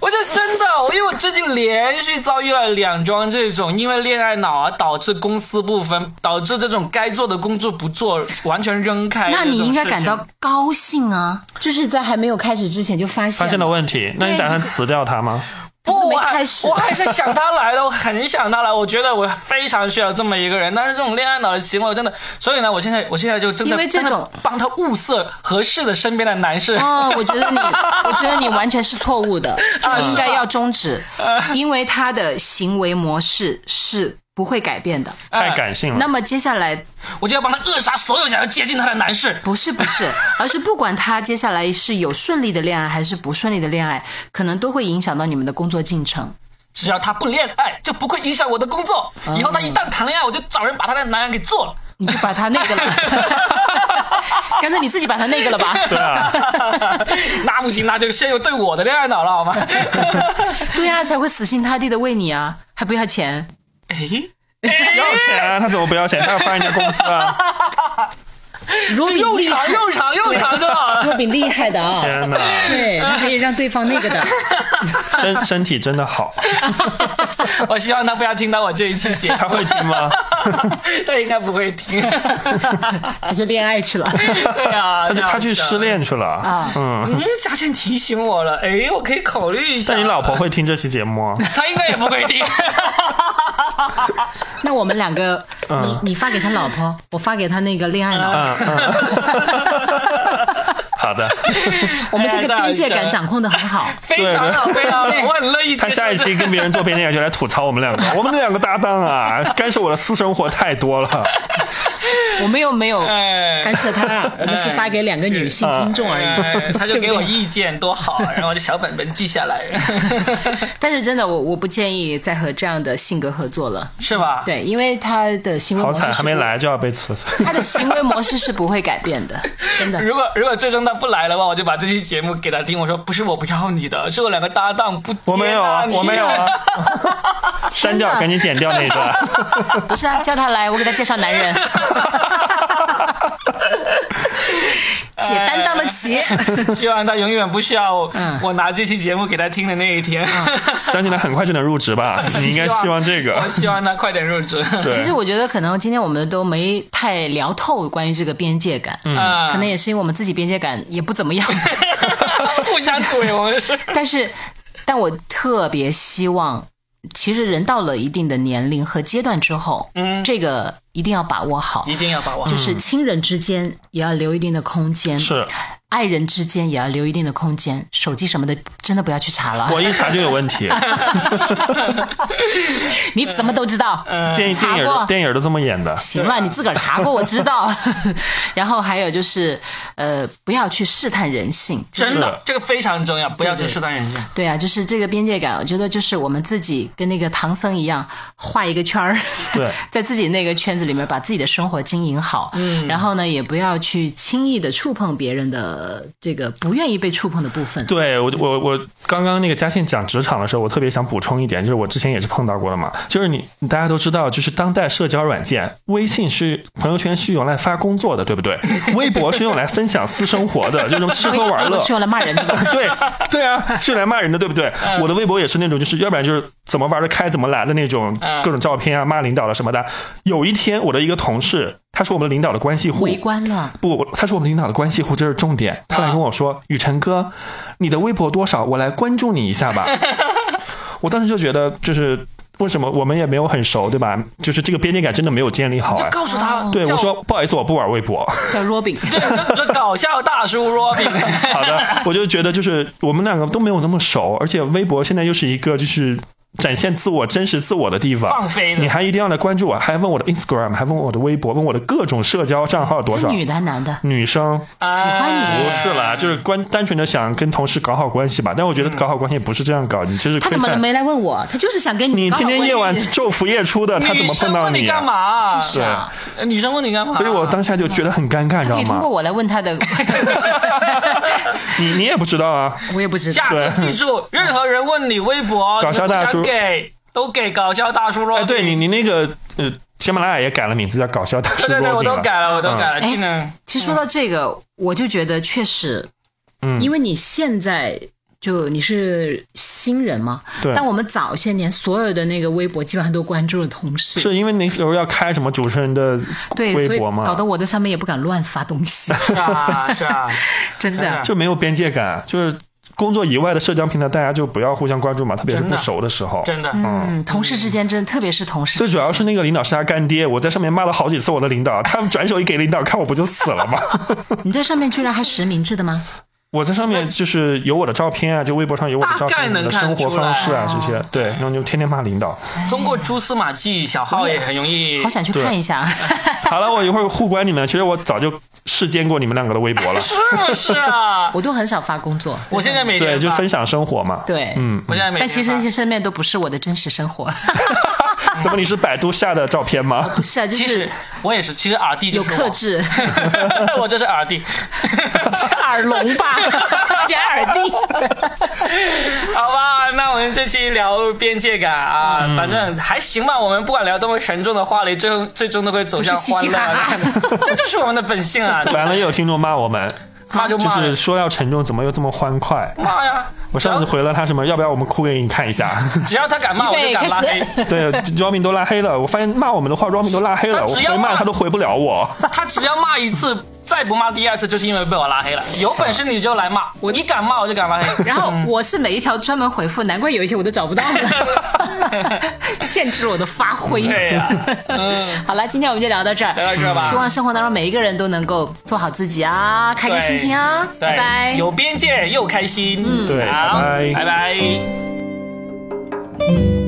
S1: 我就真的，因为我最近连续遭遇了两桩这种因为恋爱脑而导致公私不分，导致这种该做的工作不做，完全扔开。
S2: 那你应该感到。高兴啊！就是在还没有开始之前就发现
S3: 发 现了问题，那你打算辞掉他吗？
S1: 不，
S2: 没
S1: 我还
S2: 开始
S1: 我还是想他来的，我很想他来，我觉得我非常需要这么一个人。但是这种恋爱脑的行为，我真的，所以呢，我现在我现在就正在
S2: 因为这种
S1: 正在帮他物色合适的身边的男士。
S2: 哦，我觉得你，我觉得你完全是错误的，就应该要终止，因为他的行为模式是不会改变的。
S1: 哎
S3: 太感性了
S2: 那。么接下来
S1: 我就要帮他扼杀所有想要接近他的男士。
S2: 不是不 是，而是不管他接下来是有顺利的恋爱还是不顺利的恋爱，可能都会影响到你们的工作进程。
S1: 只要他不恋爱，就不会影响我的工作。以后他一旦谈恋爱，我就找人把他的男人给做了。
S2: 你就把他那个了， 干脆你自己把他那个了吧。
S3: 对啊，
S1: 那不行，那就先有对我的恋爱脑了， 好吗？
S2: 对啊，才会死心塌地的为你啊，还不要钱。
S1: 哎，
S3: 要钱啊，他怎么不要钱？他要发人家工资啊！
S2: 如
S1: 就
S2: 饼
S1: 用
S2: 厉害
S1: 长，用长用长就好了。
S2: 若饼厉害的 啊、
S3: 天哪，
S2: 对，他可以让对方那个 的。
S3: 身身体真的好，
S1: 我希望他不要听到我这一期节目。
S3: 他会听吗？
S1: 他应该不会听。
S2: 他去恋爱去了。
S1: 对啊，
S3: 他去他去
S1: 这样
S3: 失
S1: 子。
S3: 恋去了
S2: 啊
S3: 嗯，
S1: 嗯，嘉倩提醒我了，哎，我可以考虑一下。
S3: 但你老婆会听这期 节目啊？
S1: 她应该也不会 听。
S2: 那我们两个，
S3: 嗯
S2: 你你发给他老婆，我发给他那个恋爱脑，
S3: 嗯 嗯，好的，
S2: 我们这
S1: 哎
S2: 个
S1: 那
S2: 边界感
S1: 是
S2: 掌控的很 好。
S1: 非常好，非常 好，我很乐意接
S3: 他
S1: 受。
S3: 下一期跟别人做编年就来吐槽我 们两个，我们两个搭档啊，干涉我的私生活太 多了。
S2: 我们又没有
S1: 哎
S2: 干涉他呀，我们是发给两个女性听众而
S1: 哎
S2: 已。
S1: 他就
S2: 对
S1: 给
S2: 不
S1: 我
S2: 对
S1: 意见，多好，然后我就小本本记下 来，
S2: 但是真的，我我不建议再和这样的性格合作了。
S1: 是吧？
S2: 对，因为他的行为
S3: 好
S2: 模式
S3: 惨，
S2: 是
S3: 还没
S2: 不
S3: 来就要 被辞。
S2: 他的行为模式是不会改变 的，真的。
S1: 如果如果最终他不来的话，我就把这期节目给他听。我说不是我不要你的，是我两个搭档不接纳
S3: 我没有啊，
S1: 你
S3: 我没有啊，删掉，赶紧剪掉那一段。
S2: 不是啊，叫他来，我给他介绍 男人。姐担当 得起，
S1: 希望他永远不需要
S2: 嗯
S1: 我拿这期节目给他听的那一天。
S3: 相信他很快就能入职 吧？你应该希望这个
S1: 我。希望他快点入职。
S3: 对，
S2: 其实我觉得可能今天我们都没太聊透关于这个边界感，
S1: 啊
S2: 可能也是因为我们自己边界感也不怎么 样。
S1: 互相怼，我们是
S2: 但是，但我特别希望，其实人到了一定的年龄和阶段之后，嗯，这个一定要把握好，
S3: 嗯
S1: 一定要把握好
S2: 就。是亲人之间也要留一定的空间，
S3: 是
S2: 爱人之间也要留一定的空间，手机什么的真的不要去查了，
S3: 我一查就有问题，
S2: 你怎么都知道。
S3: 电
S2: 嗯
S3: 影电
S2: 查
S3: 影
S2: 过
S3: 都电影都这么演的。
S2: 行了，你自个儿查过，我知道。 然后还有就是，呃，不要去试探人性，就是
S1: 真的，这个非常重要，不要去试探人家。
S2: 对啊，就是这个边界感，我觉得就是我们自己跟那个唐僧一样，画一个圈儿，
S3: 对
S2: 在自己那个圈子里面把自己的生活经营好，嗯，然后呢，也不要去轻易的触碰别人的这个不愿意被触碰的部分。
S3: 对我我我刚刚那个嘉信讲职场的时候，我特别想补充一点，就是我之前也是碰到过的嘛，就是你大家都知道，就是当代社交软件，微信是朋友圈是用来发工作的，对不对？微博是用来分享私生活的，这种吃喝玩乐
S2: 哎我。 去用来骂人的，
S3: 对对啊，是来骂人的，对不对？我的微博也是那种，就是要不然就是怎么玩的开怎么来的那种
S1: 嗯
S3: 各种照片啊，骂领导了什么的。有一天，我的一个同事，他是我们领导的关系户，
S2: 围观了，
S3: 不，他是我们领导的关系户，这是重点。
S1: 啊
S3: 他来跟我说：“雨辰哥，你的微博多少？我来关注你一下 吧。”我当时就觉得，就是为什么我们也没有很熟，对吧？就是这个边界感真的没有建立好
S1: 就
S3: 哎。
S1: 告诉他，
S3: 对
S1: 叫
S3: 我说：“不好意思，我不玩微博。
S2: 叫 Robin，
S1: 对，你说搞笑大叔 Robin，”
S3: 好的，我就觉得就是我们两个都没有那么熟，而且微博现在又是一个就是展现自我、真实自我的 地
S1: 放
S3: 方。
S1: 飞
S3: 你
S1: 的，
S3: 还一定要来关注我，还问我的 Instagram，还问我的微博，问我的各种社交账号多
S2: 是
S3: 少？
S2: 女的还是男的？
S3: 女生
S1: 啊
S2: 喜欢你，
S3: 不是啦，就是关单纯的想跟同事搞好关系吧。但我觉得搞好关系也不是这样搞，你这是
S2: 他
S3: 窥
S2: 怎么
S3: 探。
S2: 没来问我？他就是想跟
S3: 你
S2: 搞好
S3: 天天
S2: 关
S3: 夜晚
S2: 系
S3: 昼伏夜出的，他怎
S1: 女
S3: 么碰
S1: 生
S3: 到
S1: 问你干
S3: 啊？
S1: 嘛？呃
S2: 是啊，
S1: 女生问你干嘛？
S3: 所以我当下就觉得很尴尬，你
S2: 可
S3: 知道
S2: 以通过
S3: 吗？
S2: 我来问他 的，
S3: 你你也不知道啊，
S2: 我也不知道
S1: 下。次记住，任何人问你微博，
S3: 搞笑大叔
S1: 你不想给都给搞笑大叔 Robin。
S3: 哎，对你你那个呃，喜马拉雅也改了名字叫搞笑大
S1: 对
S3: 叔
S1: 对对，我
S3: Robin
S1: 都
S3: 了。
S1: 改了，我都改了，
S2: 嗯
S1: 技能
S2: 其实说到这个，我就觉得确实，
S3: 嗯
S2: 因为你现在就你是新人嘛，
S3: 对
S2: 但我们早些年所有的那个微博基本上都关注了同事，
S3: 是因为那时候要开什么主持人的
S2: 对，
S3: 微
S2: 所以
S3: 博
S2: 搞
S3: 嘛
S2: 得，我在上面也不敢乱发东 西，
S1: 是啊是啊，
S2: 真
S1: 哎呀
S2: 的。
S3: 就没有边界感，就是工作以外的社交平台，大家就不要互相关注嘛，特别是
S1: 真的
S3: 不熟的时候。
S1: 真的。
S2: 嗯，同事之间真的，特别是同事之
S3: 最
S2: 间，
S3: 主要是那个领导是他干爹，我在上面骂了好几次我的领导，他转手一给领导看，我不就死了吗？
S2: 你在上面居然还实名制的吗？
S3: 我在上面就是有我的照片啊，就微博上有我的照
S1: 大概
S3: 片、
S1: 能
S3: 我的生活方式啊
S2: 看
S3: 这
S2: 出来
S3: 些，对，然后就天天骂领导。
S1: 通过蛛丝马迹，小号也很容易，
S2: 好。想去
S3: 对
S2: 看一下。
S3: 好了，我一会儿互关你们，其实我早就视奸过你们两个的微博了
S1: 是不是啊？
S2: 我都很少发工作，
S1: 我现在每天
S3: 对，就
S1: 发
S3: 分享生活嘛。
S2: 对，
S3: 嗯，
S1: 我现在每天啊
S2: 但其实
S1: 发
S2: 那些身边都不是我的真实生活，
S3: 怎么你是百度下的照片吗？
S2: 不 是啊，就
S1: 其
S2: 是
S1: 实我也是，其实耳弟
S2: 有
S1: 就是
S2: 克
S1: 我，
S2: 制，
S1: 我这是耳 弟。
S2: 耳聋吧， 点耳钉。
S1: 好吧，那我们这期聊边界感啊，
S2: 嗯
S1: 反正还行吧。我们不管聊多么沉重的话题，最后最终都会走向
S2: 都是
S1: 欢
S2: 嘻嘻
S1: 乐
S2: 哈哈
S1: 的， 这就是我们的本性啊！
S3: 完了，也有听众骂我们，
S1: 骂就
S3: 就
S1: 骂
S3: 是说要沉重，怎么又这么欢快？
S1: 骂呀，
S3: 我上次回了他什么？要不要我们哭给你看一下？
S1: 只要他敢骂，我就敢拉黑。
S3: 对，Robin 都拉黑了。我发现骂我们的话，Robin 都拉黑了。我回骂他都回不了我。
S1: 他只要骂一次，再不骂第二次，就是因为被我拉 黑了。有本事你就来骂我，你敢骂我就敢拉黑。
S2: 然后我是每一条专门回复，难怪有一些我都找不到 了，限制我的发挥。
S1: 对啊呀。嗯
S2: 好了，今天我们就聊到这儿，
S1: 聊到这儿吧。
S2: 希望生活当中每一个人都能够做好自己啊，开开心心啊，拜拜。
S1: 嗯有边界又开心，
S3: 对，
S1: 好，拜拜。